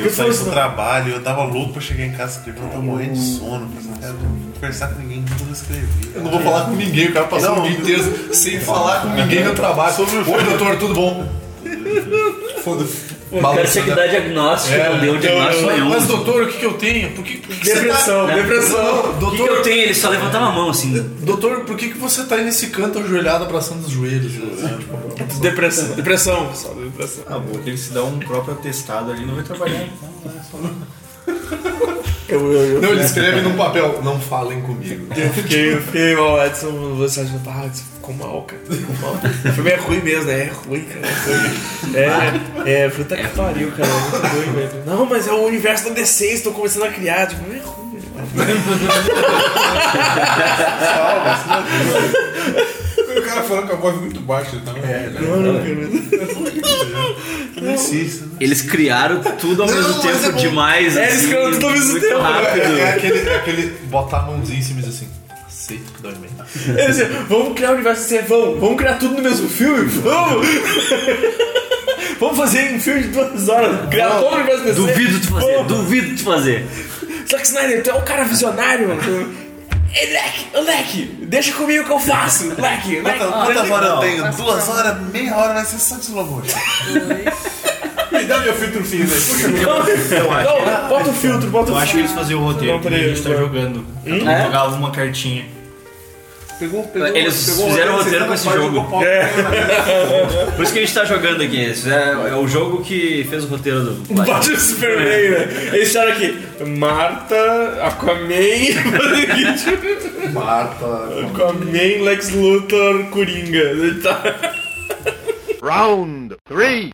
S5: Eu saí do trabalho, eu tava louco pra chegar em casa escrevendo, eu tava morrendo de sono, mas não quero conversar com ninguém, tudo eu escrevi.
S4: Eu não vou falar com ninguém, o cara passou o dia inteiro sem falar com ninguém no trabalho. Oi, doutor, tudo bom? Foda-se.
S3: O cara tinha que dar diagnóstico, não deu diagnóstico nenhum.
S4: É, Mas,
S3: é O
S4: doutor, o que, que eu tenho? Por que, por que que você
S2: Depressão,
S4: tá-
S2: depressão.
S3: que,
S4: Não,
S3: que eu
S4: Doutor,
S3: tenho? Ele só levantava a mão assim.
S4: doutor, por que, que você tá aí nesse canto ajoelhado abraçando os joelhos?
S2: Depressão, depressão, pessoal, depressão.
S9: Ah, bom, ele se dá um próprio atestado ali, não vai trabalhar. então.
S2: Eu, eu,
S4: Não, ele escreve num papel, não falem comigo.
S2: eu fiquei, eu fiquei mal, Edson, você acha que ah, ficou mal, cara, ficou mal. O filme é ruim mesmo, né? É ruim, cara, é ruim. É, é, puta que pariu, cara, é muito ruim, velho. Não, mas é o universo da DC, estou começando a criar, tipo, é ruim, velho.
S5: O cara falando com a voz muito baixa, ele tava. É,
S2: Não,
S3: né?
S2: não, cara.
S5: não insista, né?
S3: Eles criaram tudo ao mesmo tempo demais.
S2: É, eles
S3: assim,
S2: criaram tudo ao mesmo
S3: muito
S2: tempo, né?
S3: rápido.
S4: É, é aquele, é aquele botar a mãozinha em cima e dizer assim, aceito que dói bem.
S2: Eles disseram, vamos criar o universo da DC, vamos, vamos criar tudo no mesmo filme, vamos! Vamos fazer um filme de duas horas, criar todo o universo da DC.
S3: Duvido tu fazer, duvido tu fazer.
S2: Zack Snyder, tu é um cara visionário, mano. Ei, Leque, ô, Leque, deixa comigo que eu faço. Leque, Leque.
S3: Ah,
S5: Quantas quantas horas Ah, tá, eu tenho?
S6: Mas
S5: Duas
S6: não.
S5: horas, meia hora na sessão de slow motion.
S4: Me dá meu filtro fino aí.
S2: Não, bota o filtro, bota
S9: Eu
S2: o
S9: acho que
S2: filtro.
S9: eles faziam o roteiro
S2: Não,
S9: que a
S2: peraí,
S9: gente tá
S2: eu-
S9: jogando. Jogava uma cartinha.
S5: Pegou, pegou,
S3: Eles
S5: pegou o
S3: fizeram o roteiro
S5: sentado
S3: com esse
S5: na parte,
S3: jogo.
S5: jogou pau.
S3: Por isso que a gente tá jogando aqui. Esse é, é o jogo que fez o roteiro do
S2: Bate o Superman, né? Eles fizeram aqui, Marta, Aquaman,
S4: Marta,
S2: Aquaman, Lex Luthor, Coringa. Tá.
S11: Round 3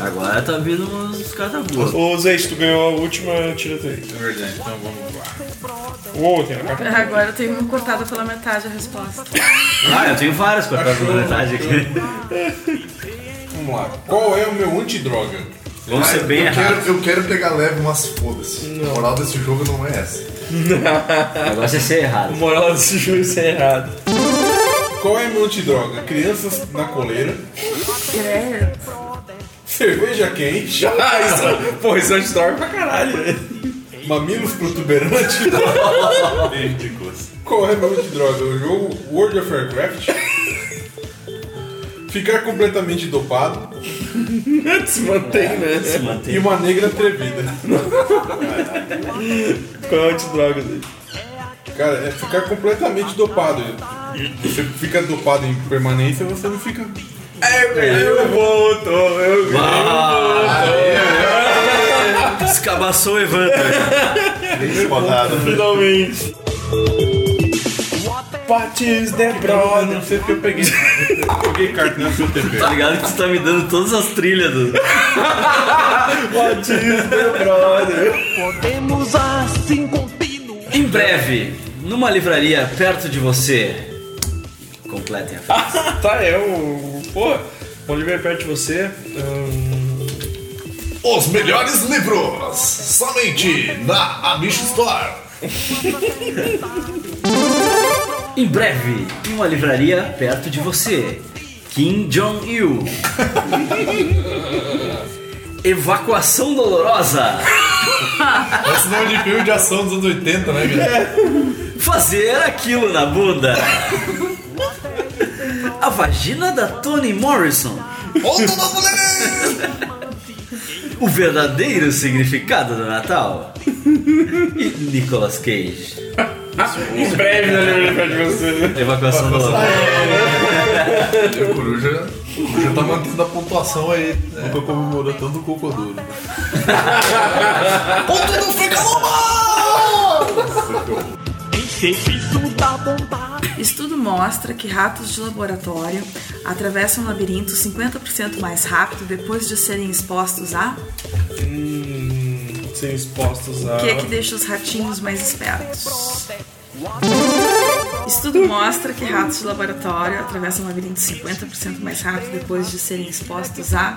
S3: Agora tá vindo uns caras boas.
S2: Ô Zé, tu ganhou a última tiroteio.
S9: Tá É verdade, então vamos lá.
S2: Uou, tem a né? capa.
S6: Agora eu tenho uma cortada pela metade a resposta.
S3: Ah, eu tenho várias cortadas na metade aqui.
S4: Vamos lá. Qual é o meu antidroga?
S3: Vamos ser
S4: Ah,
S3: é bem
S4: eu
S3: errados.
S4: quero, eu quero pegar leve, mas foda-se. A moral desse jogo não é essa.
S3: O negócio é ser
S2: O
S3: errado.
S2: moral desse jogo é errado.
S5: Qual é meu antidroga? Crianças na coleira,
S6: É.
S5: cerveja quente,
S2: Ah, isso, pô, isso é antidroga pra caralho. né?
S5: mamilos protuberantes. Qual é meu antidroga? O jogo World of Warcraft. Ficar completamente dopado
S2: Se mantém, né?
S3: Se
S5: e
S3: manter.
S5: uma negra atrevida.
S2: Qual é o antidroga, Zé?
S5: Cara, é ficar completamente dopado. Você fica dopado em permanência, você não fica.
S2: Eu volto, eu
S3: Descabaçou o Evandro.
S4: Bem rodada.
S2: finalmente. Patis de brother.
S5: Não sei porque eu peguei. Eu peguei cartão no seu TV.
S3: Tá ligado que tu tá me dando todas as trilhas do.
S2: Patis de brother.
S11: Podemos assim continuar
S3: Em breve, numa livraria perto de você. Completem a frase.
S2: Tá, é o. Pô, Oliver perto de você. hum,
S4: Os melhores livros, somente na Amish Store.
S3: Em breve, em uma livraria perto de você. Kim Jong-il. Evacuação dolorosa.
S4: Esse nome de filme de ação dos anos 80, né, cara?
S3: Fazer aquilo na bunda. A vagina da Toni Morrison.
S4: Volta da mulher!
S3: O verdadeiro significado do Natal. E Nicolas Cage.
S2: Em breve na livraria perto de você.
S3: Evacuação dolorosa.
S4: E o É, Coruja, o Coruja tá mantendo a pontuação aí. né? Nunca comemorou tanto o cocô duro. Ponto do Fica
S6: Estudo mostra que ratos de laboratório atravessam um labirinto 50% mais rápido depois de serem expostos a.
S2: Hum, Sem expostos a.
S6: O que é que deixa os ratinhos mais espertos? Estudo mostra que ratos de laboratório atravessam um labirinto 50% mais rápido depois de serem expostos a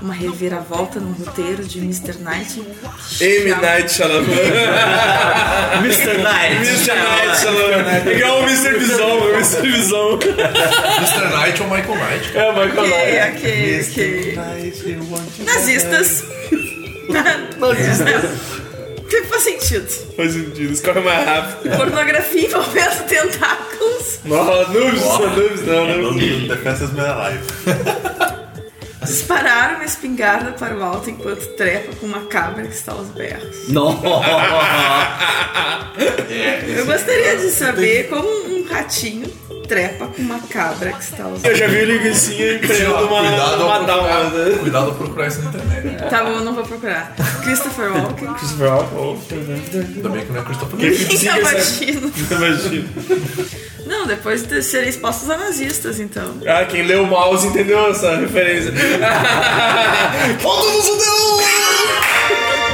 S6: uma reviravolta num roteiro de Mr. Knight.
S2: M. Night Shyamalan.
S3: Mr. Knight.
S2: Mr. Night Shyamalan. Igual o Mr. Bison, o Mr. Bison.
S4: Mr. Knight ou Michael Knight?
S2: É, vai
S6: Ok,
S2: colar.
S6: ok, ok. Nazistas. Nazistas. Que faz sentido.
S2: Faz sentido, escorre mais rápido.
S6: Pornografia envolvendo tentáculos.
S2: Não, noobs, noobs, não, É noobs.
S4: Defense as Men Alive.
S6: Disparar uma espingarda para o alto enquanto trepa com uma cabra que está aos berros.
S3: Não.
S6: Eu gostaria de saber como um ratinho trepa com uma cabra que está aos
S2: Eu já vi o linguicinha empregando uma,
S4: Cuidado
S2: uma
S4: ao
S2: dama. né?
S4: procurar, cuidado ao procurar isso na internet.
S6: Tá bom, eu não vou procurar. Christopher Walken.
S2: Christopher Walken.
S4: Ainda bem que não é Christopher
S2: Quem
S4: Lee.
S6: Quem
S2: critica
S6: é
S2: essa...
S6: baixinho? Não, depois de serem expostos a nazistas, então.
S2: Ah, quem leu o mouse entendeu essa referência.
S4: Volta do judeu!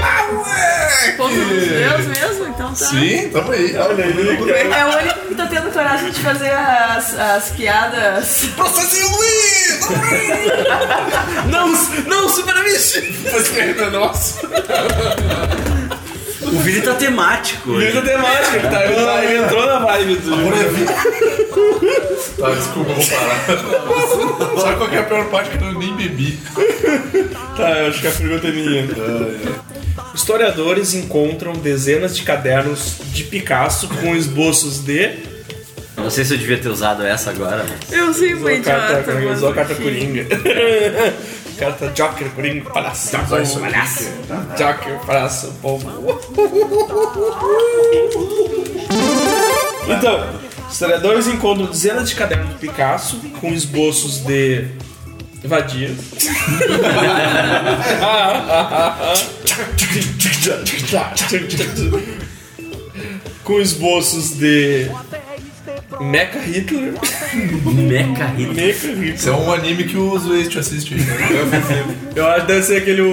S4: Ah, moleque!
S6: Povo
S2: É.
S6: dos judeus mesmo, então tá.
S4: Sim, tamo aí. Olha aí.
S6: É o único que tá tendo coragem de fazer as, as piadas.
S4: Processinho Luiz!
S2: não, não, Super Amish!
S4: Você ainda é nosso.
S3: O vídeo tá temático. hoje.
S2: Livro temática, que tá, ele tá- ele entrou na vibe do
S4: Tá, desculpa, eu vou parar. Sabe qual que é a pior parte que eu nem bebi?
S2: Tá, eu acho que a pergunta é minha. então. Historiadores encontram dezenas de cadernos de Picasso com esboços de.
S3: Não sei se eu devia ter usado essa agora, mas.
S6: Eu sempre
S2: é? Usou a carta,
S6: idiota.
S2: usou a
S6: mas
S2: carta
S6: enfim.
S2: coringa. O cara tá Joker, Coringa, palhaço,
S9: é
S10: Vai isso
S2: bom,
S3: é
S10: aqui,
S2: palhaço.
S10: tá?
S2: Joker, palhaço, bom. Então, historiadores encontram dezenas de cadernos do Picasso com esboços de vadia. com esboços de Mecha Hitler.
S3: Mecha
S2: Hitler.
S4: Isso é um anime que os né? Waste assistem.
S2: Eu acho que deve ser aquele o.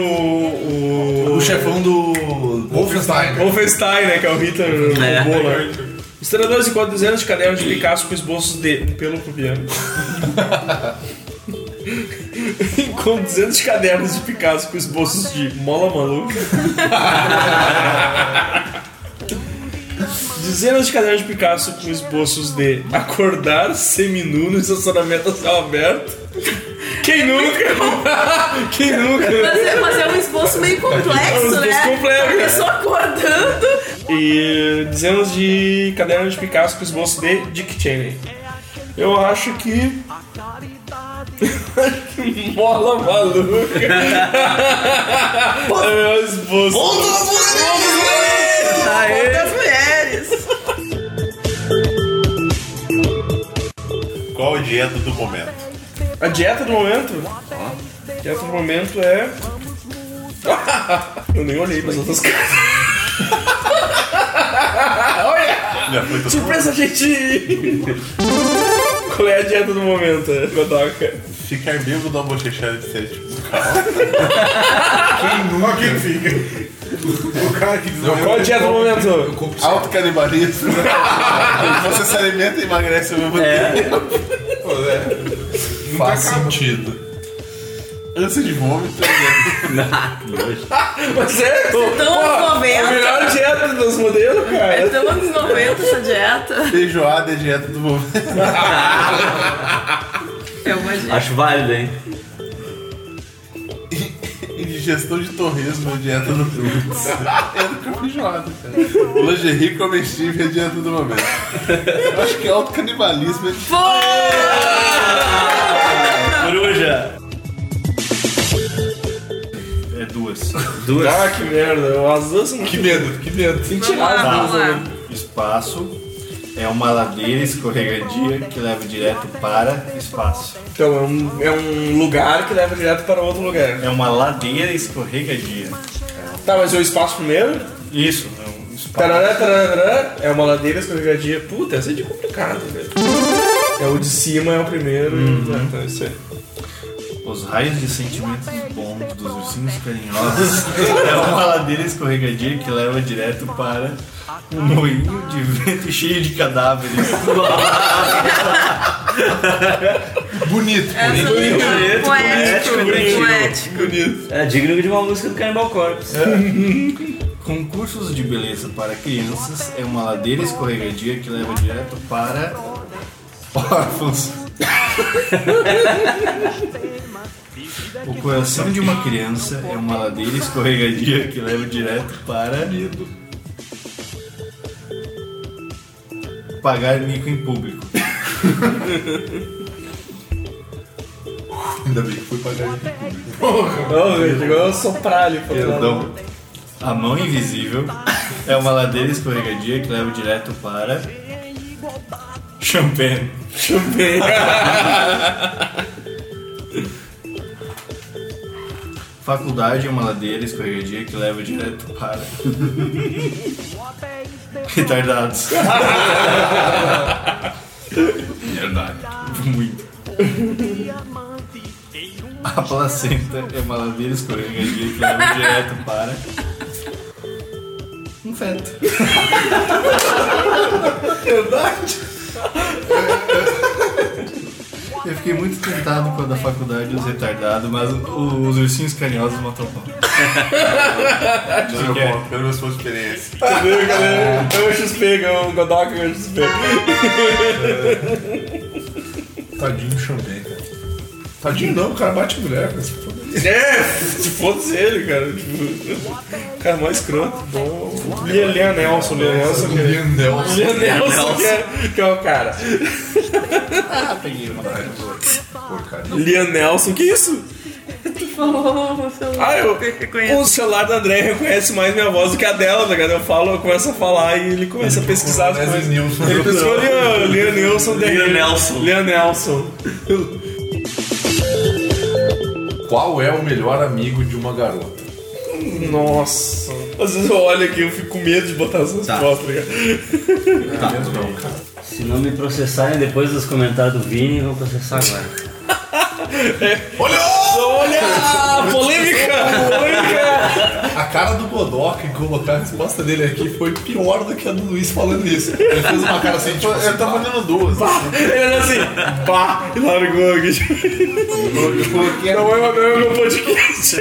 S2: O,
S4: O chefão do. Wolfenstein.
S2: Wolfenstein, né? Que é o Hitler o
S4: É.
S2: Bola. Historiadores encontram dezenas de cadernos de Picasso com esboços de um pelo pubiano. encontram 200 cadernos de Picasso com esboços de mola maluca. Dezenas de cadernos de Picasso com esboços de acordar seminu no estacionamento a céu aberto. Quem nunca? Quem nunca?
S6: Mas é, mas é um esboço meio
S2: É um
S6: complexo,
S2: esboço
S6: né?
S2: complexo.
S6: A pessoa acordando.
S2: E dezenas de cadernos de Picasso com esboço de Dick Cheney. Eu acho que. Mola maluca. é o esboço.
S10: Aê!
S6: Outras mulheres!
S5: Qual a dieta do momento?
S2: A dieta do momento? A dieta do momento é. Eu nem olhei nas outras caras. Olha! Surpresa, gente! Qual é a dieta do momento, Godoka?
S5: Ficar bêbado da bochechada de sete.
S4: Quem quem fica? O cara que
S5: Não, qual é a dieta do
S4: momento?
S5: Alto canibalismo. Você se alimenta e emagrece ao
S9: É.
S5: mesmo tempo.
S4: é. Não tá faz sentido.
S5: Ânsia de vômito. né?
S2: Mas é,
S6: Então, anos 90.
S2: a melhor dieta dos modelos, cara.
S6: É tão anos 90 essa dieta.
S5: Feijoada é dieta do momento.
S6: É uma dieta.
S3: Acho válido, hein?
S5: Indigestão de torresmo é dieta do momento. É do que eu feijoada, cara. Lingerie comestível é dieta do momento. Eu acho que é alto canibalismo.
S3: Coruja!
S9: É duas.
S3: Duas.
S2: Ah, que merda. As duas são.
S4: Que medo, que medo.
S2: Tem que tirar as duas, né?
S9: Espaço é uma ladeira escorregadia que leva direto para espaço.
S2: Então, é um, é um lugar que leva direto para outro lugar.
S9: É uma ladeira escorregadia.
S2: Tá, mas é o espaço primeiro?
S9: Isso, é um espaço.
S2: Tarará, tarará, é uma ladeira escorregadia. Puta, essa é de complicado, velho. É o de cima, é o primeiro. Ah, Então, isso aí.
S9: Os raios de sentimentos bons dos ursinhos carinhosos é uma ladeira escorregadia que leva direto para um moinho de vento cheio de cadáveres.
S4: Bonito,
S6: Essa
S4: bonito.
S6: é
S3: Bonito,
S6: poético,
S3: bonito.
S6: poético.
S3: É digno de uma música do Cannibal Corpse.
S9: É. Concursos de beleza para crianças é uma ladeira escorregadia que leva direto para órfãos. O coração de uma criança é uma ladeira escorregadia que leva direto para pagar mico em público.
S4: Ainda bem que fui pagar de público.
S2: Não, velho, igual eu sopralho. pô.
S9: Perdão. A mão invisível é uma ladeira escorregadia que leva direto para champanhe.
S2: Chupei.
S9: Faculdade é uma ladeira escorregadia que leva direto para. Retardados.
S4: Verdade.
S9: Muito. A placenta é uma ladeira escorregadia que leva direto para. Um feto.
S4: É
S2: Verdade.
S9: Eu fiquei muito tentado com a da faculdade os retardados, mas o- os ursinhos carinhosos matam pau.
S5: Pelo meu ponto, pelo meu ponto de experiência.
S2: Tá vendo, galera? Eu XP, eu Godoka, eu XP.
S4: Tadinho do Xambém, cara. Tadinho não, o cara bate mulher, cara.
S2: É, se fosse ele, cara. Tipo, o cara mais escroto. Bom. Lia Lia Nelson, Lia Nelson. que-
S4: Lian Nelson.
S2: Lia é Nelson, que é, que é o cara.
S4: Porcaria.
S2: Lia Nelson, que isso?
S6: falou no celular.
S2: Ah, eu, o celular do André reconhece mais minha voz do que a dela, tá ligado? Eu falo, eu começo a falar e ele começa a pesquisar as
S4: Leslie
S2: coisas.
S4: Nielsen.
S2: Ele pesquisou Lian, Lian Nelson.
S3: Lian Nelson.
S2: Lian Nelson.
S4: Qual é o melhor amigo de uma garota?
S2: Nossa. Às vezes eu olho aqui eu fico com medo de botar essas fotos, tá ligado?
S4: Tá. Não, cara.
S3: Se não me processarem depois dos comentários do Vini, vão processar agora.
S2: Olha a "Ah, polêmica! polêmica.
S4: A cara do Godoc em colocar a resposta dele aqui foi pior do que a do Luiz falando isso. Ele fez uma cara assim, tipo,
S5: Eu
S4: assim,
S5: tava olhando duas.
S2: Ele olhou assim, pá, e largou aqui.
S5: Eu coloquei
S2: Não é, não é meu podcast.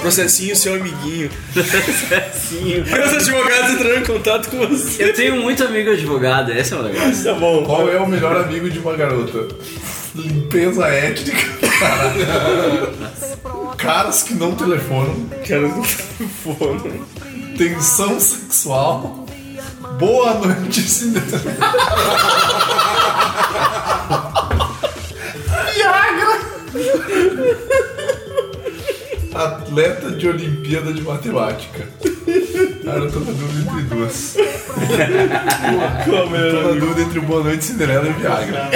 S2: Processinho, seu amiguinho.
S3: Sim.
S2: Meus advogados entraram em contato com você.
S3: Eu tenho muito amigo advogado, esse é o negócio.
S2: Tá bom.
S4: qual é o melhor amigo de uma garota? Limpeza étnica, caralho. Caras que não telefonam,
S2: Quero telefone.
S4: tensão sexual, boa noite cinema. Viagra! Atleta de Olimpíada de Matemática. Cara, eu tô na dúvida entre duas.
S2: Como é,
S4: Tô na
S2: amigo?
S4: dúvida entre o Boa Noite Cinderela e Viagra.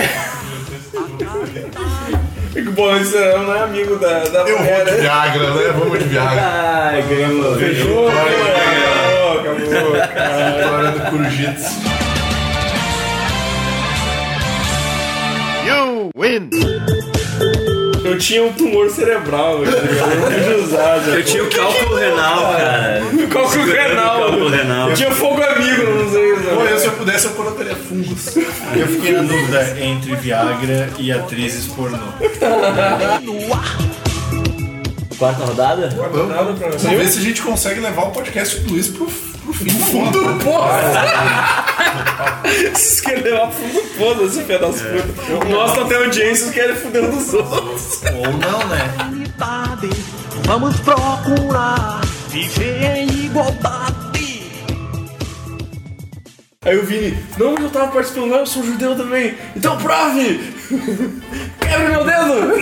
S2: É que o Boris Serão não é amigo da, da
S4: Eu vou
S2: mulher,
S4: de
S2: né?
S4: Viagra, né? Vamos de Viagra.
S3: Ai,
S2: um
S3: ganhamos.
S2: Fechou? Acabou, acabou, cara.
S4: Vitória do Curujitsu.
S11: You win!
S2: Eu tinha um tumor cerebral, velho. Eu não pude usar, já.
S3: Eu tinha o cálculo renal, cara.
S2: Cálculo renal.
S3: Cálculo renal.
S2: Eu tinha fogo amigo, não sei usar.
S4: Pô, eu, se eu pudesse, eu colocaria fungos.
S9: Eu fiquei na dúvida entre Viagra e atrizes pornô.
S3: Quarta rodada?
S2: Nada pra
S4: Vamos ver se a gente consegue levar o podcast do Luiz pro, pro fim do fundo.
S2: Vocês querem levar fundo é foda esse pedaço puta. Nós não temos audiência, vocês querem fuder um dos outros.
S9: Ou não, né?
S11: Vamos procurar viver em igualdade.
S2: Aí o Vini, não, mas eu tava participando lá, eu sou judeu também. Então prove! Quebra meu dedo!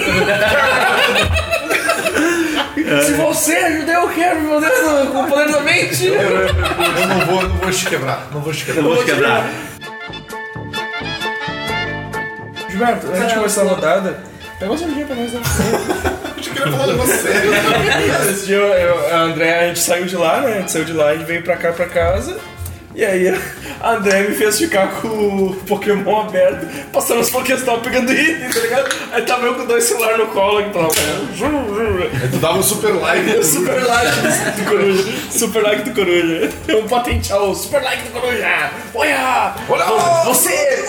S2: Se você é judeu, quebra meu dedo com o poder da mente!
S4: Eu não vou, não vou te quebrar. Não vou te quebrar.
S3: Eu vou te quebrar.
S2: Gilberto, antes de começar a rodada, pega uma cervejinha pra nós, né?
S4: Eu queria falar um negócio sério.
S2: Esse dia, eu, eu- a André, a gente saiu de lá, né? A gente saiu de lá e veio pra cá, pra casa. E aí a André me fez ficar com o Pokémon aberto, passando os Pokéstop pegando item, tá ligado? Aí tava eu com dois celulares no colo que tava.
S4: Tu dava um super like.
S2: Super like do coruja. Super like do coruja. Vamos patentear o super like do coruja. Olha!
S4: Olha lá!
S2: Você!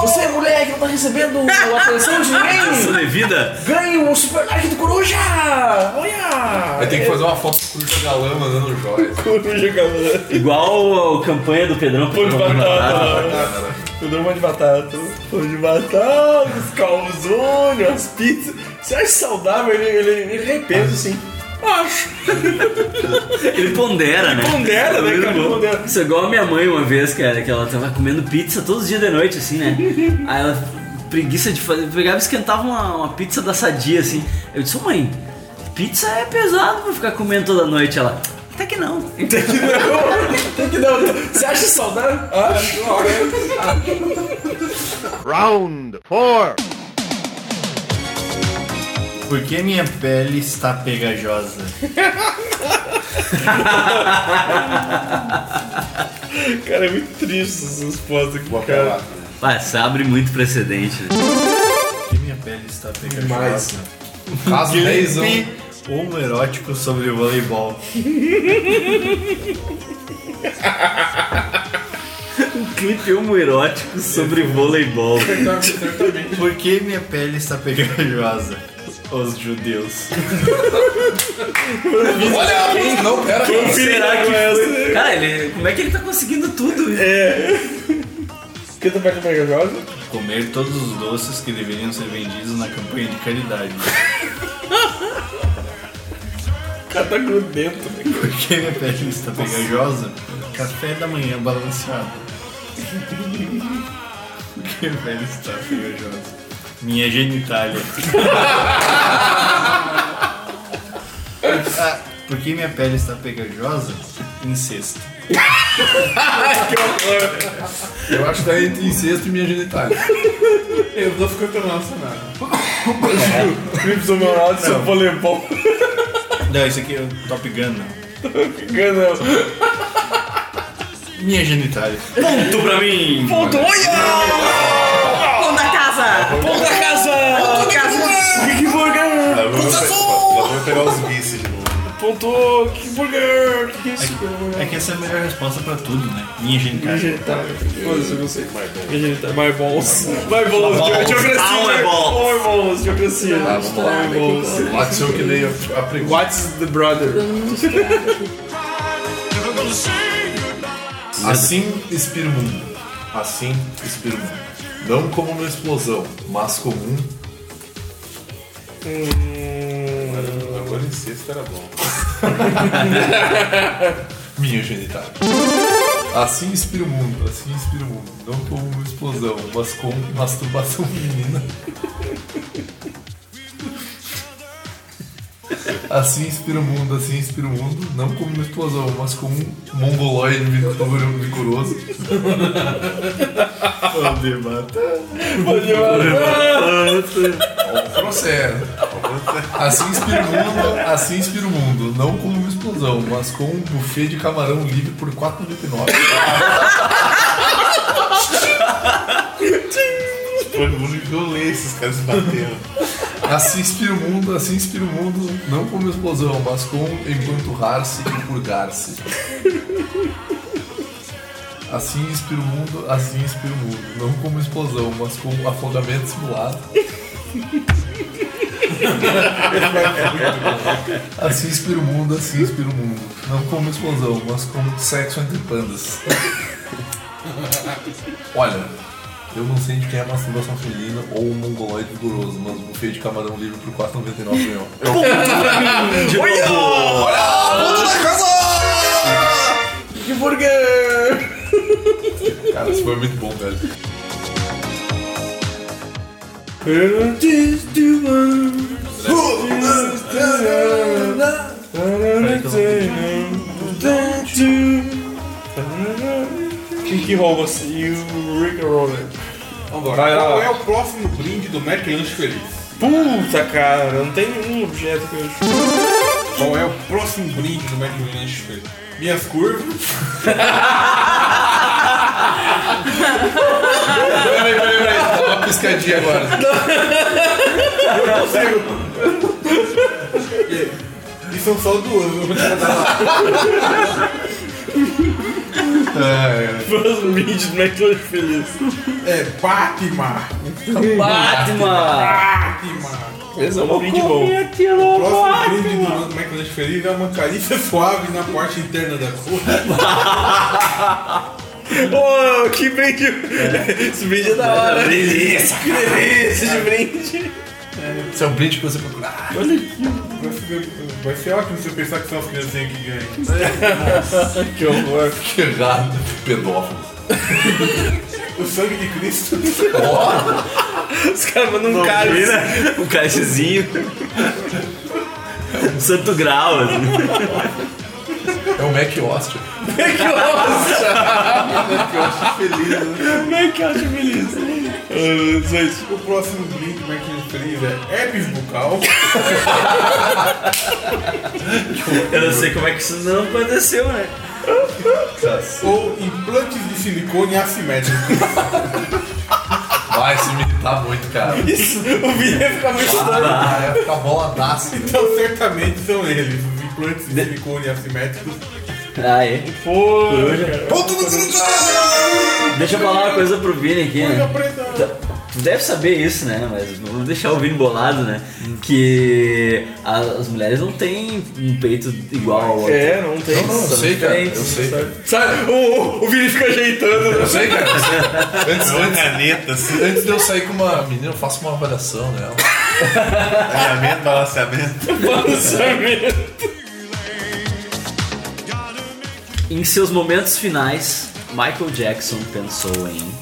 S2: Você, mulher que não tá recebendo a atenção de ninguém!
S3: Sua devida?
S2: Ganhe o super like do coruja! Olha!
S4: Aí tem que fazer uma foto com o Curta Galã mandando joias. né,
S2: Coruja, galera.
S3: Igual a campanha do Pedrão
S2: Pão de batata.
S4: Cara,
S2: Pão de batata. Pão de batata, os calzone, as pizzas. Você acha saudável? Ele, ele, ele repesa assim. Acho.
S3: Ele pondera, né?
S2: Pondera, né, cara? Pondera.
S3: Isso é igual a minha mãe uma vez, cara, que ela tava comendo pizza todos os dias de noite, assim, né? Aí ela, preguiça de fazer, pegava e esquentava uma, uma pizza da sadia, assim. Eu disse, "Ô, mãe, pizza é pesado pra ficar comendo toda noite. Ela, até que não.
S2: Tem que não. Tem que não. Você acha saudável? Acho.
S11: Round 4!
S9: Por que minha pele está pegajosa?
S2: Cara, é muito triste essas respostas aqui,
S4: vou
S2: cara.
S4: apelar.
S3: Vai, isso abre muito precedente, né?
S9: Por que minha pele está pegajosa?
S4: Demais. um. Caso 10 anos.
S9: homoerótico sobre voleibol.
S3: Um clipe homoerótico sobre voleibol.
S9: Por que minha pele está pegajosa? Os judeus.
S4: Olha! Não, pera.
S2: Quem será que é essa?
S3: Cara, ele, como é que ele tá conseguindo tudo? É.
S2: Quem tá perto da joga?
S9: Comer todos os doces que deveriam ser vendidos na campanha de caridade.
S2: cara tá grudento, né?
S9: Por que minha pele está pegajosa? tá Café da manhã balanceado. Por tá que minha pele está pegajosa? Minha genitália. Ah, porque minha pele está pegajosa? Incesto.
S4: Eu acho que tá entre incesto e minha genitália.
S5: Eu tô ficando internacional.
S2: Clips Overall de seu voleibol.
S9: Não, isso aqui é o Top Gun, não.
S2: Ganhou.
S9: Minha genitália.
S3: Ponto pra mim!
S2: Ponto. Olha!
S6: Pão da casa!
S2: Ponto da casa!
S6: Pão da casa!
S2: Big Burger!
S4: Nós vamos, pe- nós vamos pegar os vices de novo.
S2: Ponto Big Burger! Que que é isso?
S9: É que essa é a melhor resposta pra tudo, né? Minha genitália.
S3: é
S2: Foda-se, não sei. Genitália. My balls. My balls.
S3: balls.
S2: Geografia.
S3: Ah, my balls. Ah,
S2: My balls. Geografia. My balls.
S4: Watson que nem aprendeu.
S2: What's the brother?
S4: Assim inspira o mundo. Assim inspira o mundo. Não como uma explosão, mas como um.
S5: Agora incesto era bom.
S4: Minha genitália. Assim inspira o mundo, assim inspira o mundo. Não como uma explosão, mas com masturbação feminina. Assim inspira o mundo, assim inspira o mundo. Não como uma explosão, mas como um mongoloide vigor- vigoroso. Um processo. Assim inspira o mundo, assim inspira o mundo. Não como uma explosão, mas com um buffet de camarão livre por 4,99.
S5: Foi muito violento esses caras se bateram.
S4: Assim inspira o mundo, assim inspira o mundo, não como explosão, mas com empanturrar-se e purgar-se. Assim inspira o mundo, assim inspira o mundo, não como explosão, mas com afogamento simulado. Assim inspira o mundo, assim inspira o mundo, não como explosão, mas como sexo entre pandas. Olha, eu não sei de quem é a masturbação feminina ou um mongoloide vigoroso, mas um buffet de camarão livre por 4,99 real.
S2: Big Burger!
S4: Cara, isso foi muito bom, velho.
S2: Quem que rouba assim? E o Rick né? Roller. Vai lá.
S5: Qual é o próximo brinde do Mac Lunch Feliz?
S2: Puta cara, não tem nenhum objeto que eu acho.
S5: Qual é o próximo brinde do Mac Lunch Feliz? Minhas curvas.
S4: Peraí, peraí, peraí. Dá uma piscadinha agora.
S5: E são só duas.
S4: É,
S2: Próximo vídeo do McLaren Feliz.
S5: É Batman.
S3: Batman!
S5: Batman.
S2: Esse é um brinde bom.
S5: O próximo brinde do Mac Lunch Feliz é uma carícia suave na parte interna da cor.
S2: Oh, que brinde! Esse brinde é da hora. Delícia! Que delícia de brinde!
S4: Isso é um brinde que você procurar.
S5: Vai ser, vai ser ótimo se eu pensar que são as criancinhas que ganham.
S2: Que horror!
S4: Que errado. Pedófilos.
S5: O sangue de Cristo.
S2: Os caras mandam um cara.
S3: Um caixezinho. Um santo grau, assim.
S4: É o Mac Hostel.
S2: Que horror!
S5: Feliz, né?
S2: Como é que eu acho feliz? Ah, gente,
S5: O próximo brinde do Mac Lunch Feliz é herpes bucal.
S3: Eu não sei como é que isso não aconteceu, né?
S4: Tá
S5: ou implantes de silicone assimétricos.
S4: Vai se militar muito, cara.
S2: Isso, o vídeo ia ficar muito doido.
S4: Ah,
S5: é,
S4: vai ficar boladaço.
S5: Então certamente são eles, os implantes de silicone assimétricos.
S3: Ah, é.
S2: Pô,
S3: Deixa eu falar uma coisa pro Vini aqui, né?
S5: preta.
S3: Tu- Tu deve saber isso, né? Mas vamos deixar o Vini bolado, né? Que a- as mulheres não têm um peito igual ao outro.
S2: É, não tem.
S4: Não, eu sei, cara. Eu sei.
S2: Sabe, o, o Vini fica ajeitando.
S4: Eu sei, cara. Antes, antes,
S5: É Caneta, assim,
S4: antes de eu sair com uma menina, eu faço uma avaliação nela.
S5: alinhamento, balanceamento.
S2: Lançamento.
S3: Em seus momentos finais, Michael Jackson pensou em.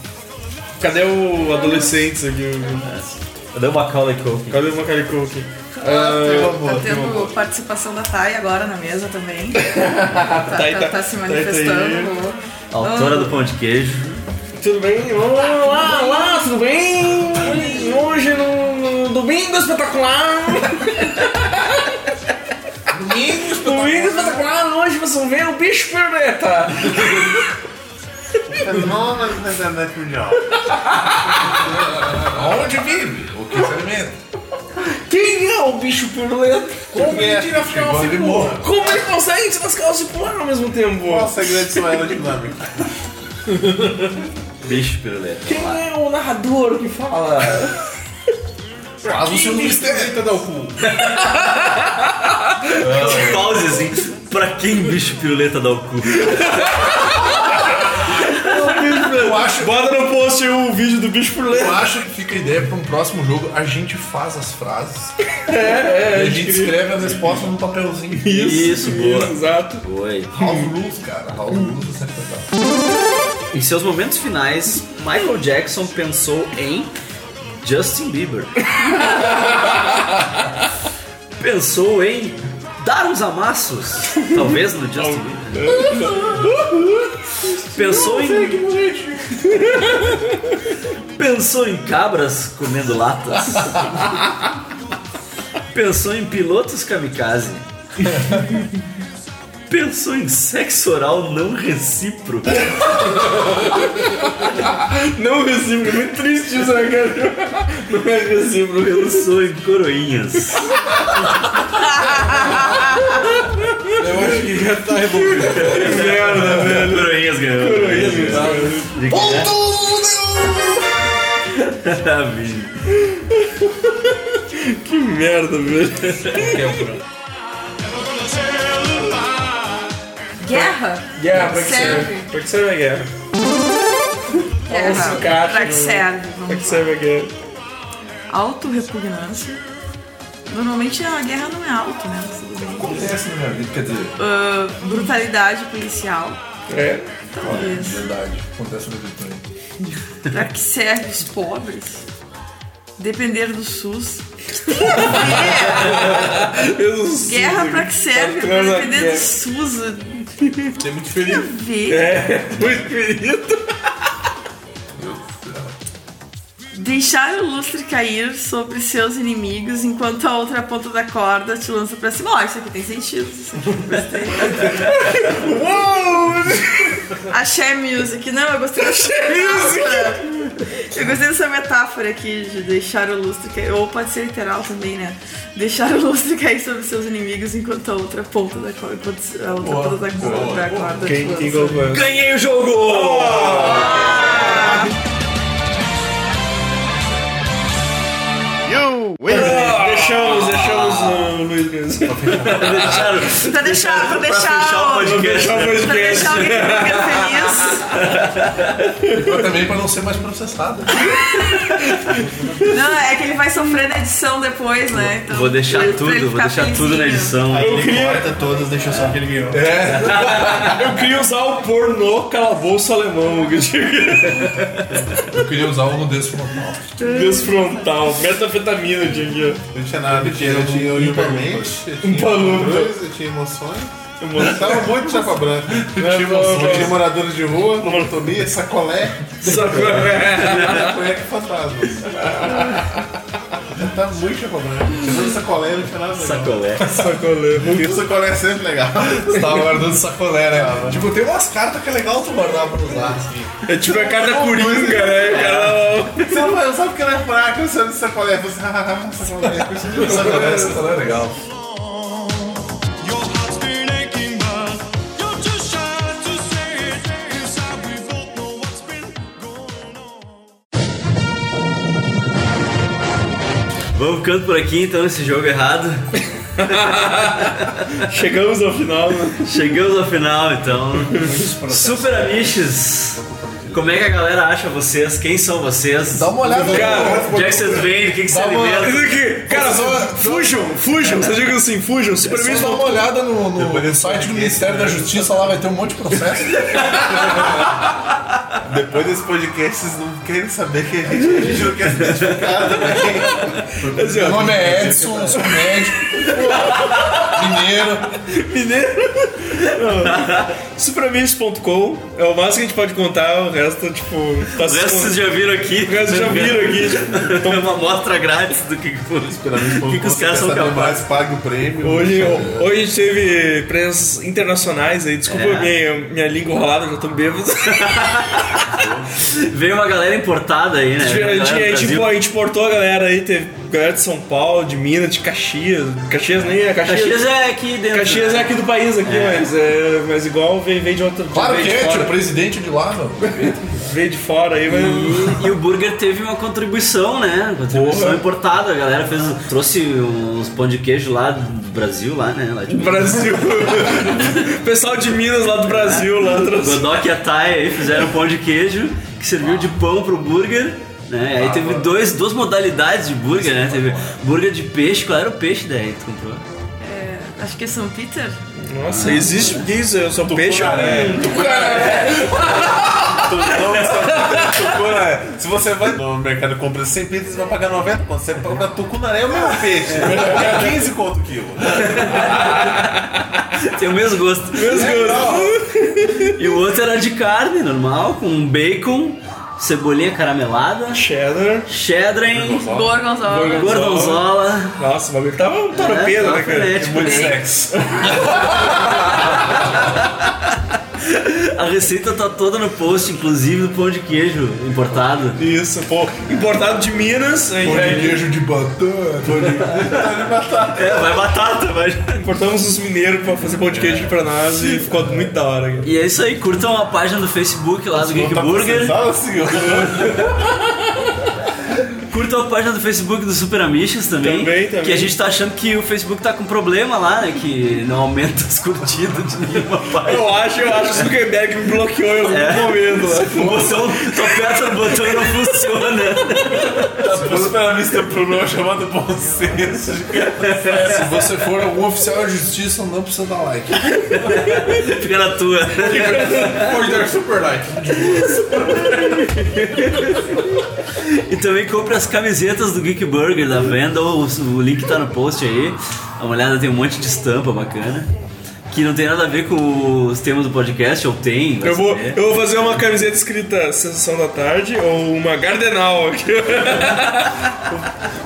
S2: Cadê o adolescente aqui?
S3: Cadê o Macaulay Culkin?
S2: Cadê o Macaulay Culkin?
S6: tá tendo participação da Thay agora na mesa também. tá,
S3: Thay
S6: tá-
S3: tá-
S6: tá se
S3: Thay tá
S6: manifestando.
S3: aí.
S6: no-
S3: Autora do pão de queijo.
S2: Tudo bem? Olá, olá, olá, tudo bem? Hoje no, no domingo espetacular. domingo espetacular. Hoje vocês vão ver o bicho perneta.
S4: Fenômeno da internet mundial. Onde vive? O que se alimenta?
S2: Quem é o bicho piruleta? Como ele tira as
S4: Chegou
S2: calças
S4: de
S2: e
S4: boa.
S2: pula? Como ele consegue tirar as calças e pular ao mesmo tempo?
S5: Nossa, grande sua aerodinâmica.
S3: Bicho piruleta.
S2: Quem é o narrador que fala?
S4: Faz o seu mistério, da
S3: Pause assim. Pra quem bicho piruleta dá o cu?
S4: Eu acho,
S2: Bota no post aí o vídeo do bicho por
S4: eu acho que fica a ideia para um próximo jogo. A gente faz as frases
S2: É,
S4: e a gente escreve as respostas num papelzinho.
S3: Isso, boa.
S2: Exato.
S3: Oi.
S4: House Rules, cara. House Rules é sempre legal.
S3: Em seus momentos finais, Michael Jackson pensou em Justin Bieber. pensou em dar uns amassos, talvez no Justin Bieber. Pensou em pensou em cabras comendo latas. pensou em pilotos kamikaze. Pensou em sexo oral não recíproco.
S2: Não recíproco, é muito triste isso, né, cara? Não é recíproco.
S3: Pensou em coroinhas.
S4: Eu acho que já tá revolvido.
S2: Que merda, velho.
S3: Coroinhas ganhou.
S2: Coroinhas ganhou.
S3: Ponto!
S2: Que merda, velho.
S6: Guerra?
S2: Guerra, pra que
S6: Serve.
S2: serve? Pra que serve a guerra?
S6: Guerra.
S2: sucate,
S6: Pra que
S2: né?
S6: serve? Vamos
S2: Pra que serve a guerra?
S6: Autorrepugnância. Normalmente a guerra não é auto, né? Mas tudo bem.
S4: Acontece na minha vida, quer dizer,
S6: Ah, brutalidade policial.
S2: É.
S4: olha,
S6: Talvez.
S4: verdade. Acontece na minha vida também.
S6: Pra que serve os pobres? Depender do SUS. Guerra pra que serve? Pra
S2: Bacana,
S6: depender
S2: guerra.
S6: do SUS. Tem
S4: É muito feliz.
S6: a ver.
S2: É, muito querido.
S6: Deixar o lustre cair sobre seus inimigos enquanto a outra ponta da corda te lança pra cima. Ó, isso aqui tem sentido. Isso aqui eu gostei. Axé Music. Não, eu gostei dessa metáfora. Eu gostei dessa metáfora aqui de deixar o lustre cair. Ou pode ser literal também, né? Deixar o lustre cair sobre seus inimigos enquanto a outra ponta da corda. enquanto A outra ponta da corda, da corda te
S2: Quem,
S6: lança.
S2: quem colocou?
S3: Ganhei o jogo!
S11: You win.
S2: Ah! Deixamos, deixamos o Luiz mesmo.
S3: Deixaram.
S6: Pra deixar, pra
S3: Pra fechar o
S6: deixar. o-
S3: podcast.
S2: Deixar o
S6: Pra
S2: podcast.
S6: deixar alguém feliz.
S4: Mas também pra não ser mais processado.
S6: Não, é que ele vai sofrer na edição depois, né? Então,
S3: Vou deixar
S6: pra ele
S3: tudo, vou
S6: ficar
S3: deixar tudo na
S6: felizinho.
S3: edição.
S9: Ele corta todas, deixa só aquele guião.
S2: Eu queria usar o pornô calabouço alemão, que tinha
S4: Eu queria usar um o rodeio frontal.
S2: desfrontal, metafetamina tinha aqui,
S5: Não tinha nada, eu tinha, eu tinha ultimamente, eu
S2: ó.
S5: tinha
S2: Palumba.
S5: coisa, eu tinha emoções, eu
S2: Emoção.
S5: tava muito de chapa branca. Eu tinha
S2: emoções.
S5: emoções, eu tinha moradores de rua, monotonia, sacolé, cueca e fantasma. Eu tava tá muito chapa branca. Tinha todo sacolé, não tinha nada legal.
S3: Sacolé.
S2: Sacolê.
S5: E o sacolé é sempre legal.
S4: Você tava guardando sacolé, né? Tipo, tem umas cartas que é legal tu guardar pra usar. assim.
S2: É tipo a carta coringa, né? cara?
S5: Você não vai usar porque ela é fraca, você não sacolé. Você, ah, sacolé.
S4: Sacolé, sacolé é legal.
S3: Vamos ficando por aqui então esse jogo errado.
S2: Chegamos ao final, né?
S3: Chegamos ao final então. Super Amiches. Como é que a galera acha vocês? Quem são vocês?
S4: Dá uma olhada aí,
S2: Cara,
S3: Onde é que vocês vêm? O que, que se alimentam?
S2: Isso aqui, é cara, só- fujam, fujam, vocês digam assim,
S3: É
S2: fujam, super
S4: Só dá uma olhada no, no site do Ministério da Justiça, lá vai ter um monte de processo.
S5: Depois desse podcast, vocês não querem saber que a gente, a gente não quer se identificar também.
S4: Assim, Meu nome é Edson, sou médico. Mineiro.
S2: Mineiro. Supramis.com é o máximo que a gente pode contar, o resto, tipo.
S3: Tá o resto vocês já viram aqui.
S2: O resto já viram aqui.
S3: Então, uma amostra grátis do que, que, que, é que os caras são capazes.
S5: Paga o prêmio.
S2: Hoje, hoje a gente teve presenças internacionais aí. Desculpa
S3: É.
S2: minha, minha língua enrolada, já tô bêbado.
S3: Veio uma galera importada aí, né?
S2: A gente, a
S3: Galera
S2: gente,
S3: do
S2: a gente
S3: Brasil.
S2: impor- a gente importou a galera aí, teve galera de São Paulo, de Minas, de Caxias. Caxias nem é Caxias.
S3: Caxias é aqui dentro.
S2: Caxias é aqui do país, aqui, mas, é, mas igual veio, veio de outra.
S4: Claro
S2: veio
S4: que
S2: de
S4: é, tio,
S2: fora.
S4: o
S3: tipo,
S4: presidente de lá, meu.
S2: Veio de fora aí, mas.
S3: E, e o Burger teve uma contribuição, né? Contribuição
S2: Porra.
S3: importada. A galera fez, trouxe uns pão de queijo lá do Brasil, lá, né? Lá de
S2: Brasil. Pessoal de Minas lá do Brasil, lá trouxe.
S3: Godok e a Thay aí fizeram pão de queijo, que serviu de pão pro burger. Né? Aí teve dois, duas modalidades de burger, né? Teve burger de peixe, qual era o peixe daí que tu comprou?
S6: É, acho que é São Peter.
S2: Nossa, existe isso? Eu sou peixe né? ou
S4: né?
S5: Tucunaré. né? Se você vai no mercado e compra 100 pizzas, você vai pagar 90 conto. Você paga tucunaré, é o mesmo peixe. É 15 conto o quilo.
S3: Tem o mesmo gosto.
S2: Mesmo
S3: E o outro era de carne, normal, com um bacon, cebolinha caramelada,
S2: Cheddar.
S3: cheddar, hein?
S6: Gorgonzola.
S3: gorgonzola.
S2: Nossa, o bagulho tava um
S4: É,
S2: toropedo,
S3: tava
S2: né, cara?
S3: frenético,
S2: muito
S3: né?
S2: sexo.
S3: A receita tá toda no post, inclusive do pão de queijo importado.
S2: Isso, pô. Importado de Minas, aí,
S4: Pão de
S2: aí,
S4: queijo de batata. pão de-
S3: É, vai batata, vai.
S2: importamos os mineiros pra fazer pão de queijo aqui pra nós e ficou muito da hora, cara.
S3: E é isso aí, curtam a página do Facebook lá do Geek
S5: Tá
S3: Burger.
S5: processado, senhor?
S3: Curtam a página do Facebook do Super Amiches também.
S2: Também, também.
S3: Que a gente tá achando que o Facebook tá com problema lá, né? Que não aumenta as curtidas de nenhuma página.
S2: Eu acho, eu acho que o Zuckerberg me bloqueou em algum
S4: É.
S2: momento né? lá.
S3: O botão, tu aperta o botão e não funciona.
S5: Você para mim tem um problema chamado bom senso.
S4: Se você for algum oficial da justiça, não precisa dar like.
S3: Fica na tua.
S4: Pode dar super like.
S3: E também compre as camisetas do Geek Burger da venda. O, o link tá no post aí. Dá uma olhada, tem um monte de estampa bacana. Que não tem nada a ver com os temas do podcast, ou tem. vai
S2: Eu vou,
S4: É.
S3: saber.
S2: eu vou fazer uma camiseta escrita Sensação da Tarde ou uma Gardenal aqui.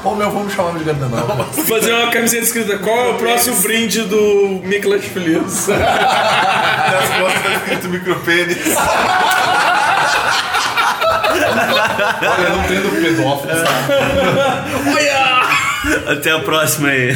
S4: Ô meu, vamos chamar de Gardenal.
S2: Vou fazer uma camiseta escrita Qual é o próximo brinde do Miklas Feliz?
S5: Nas costas tá escrito micropênis.
S4: Olha, não tendo pedófilos. tá?
S3: Até a próxima aí.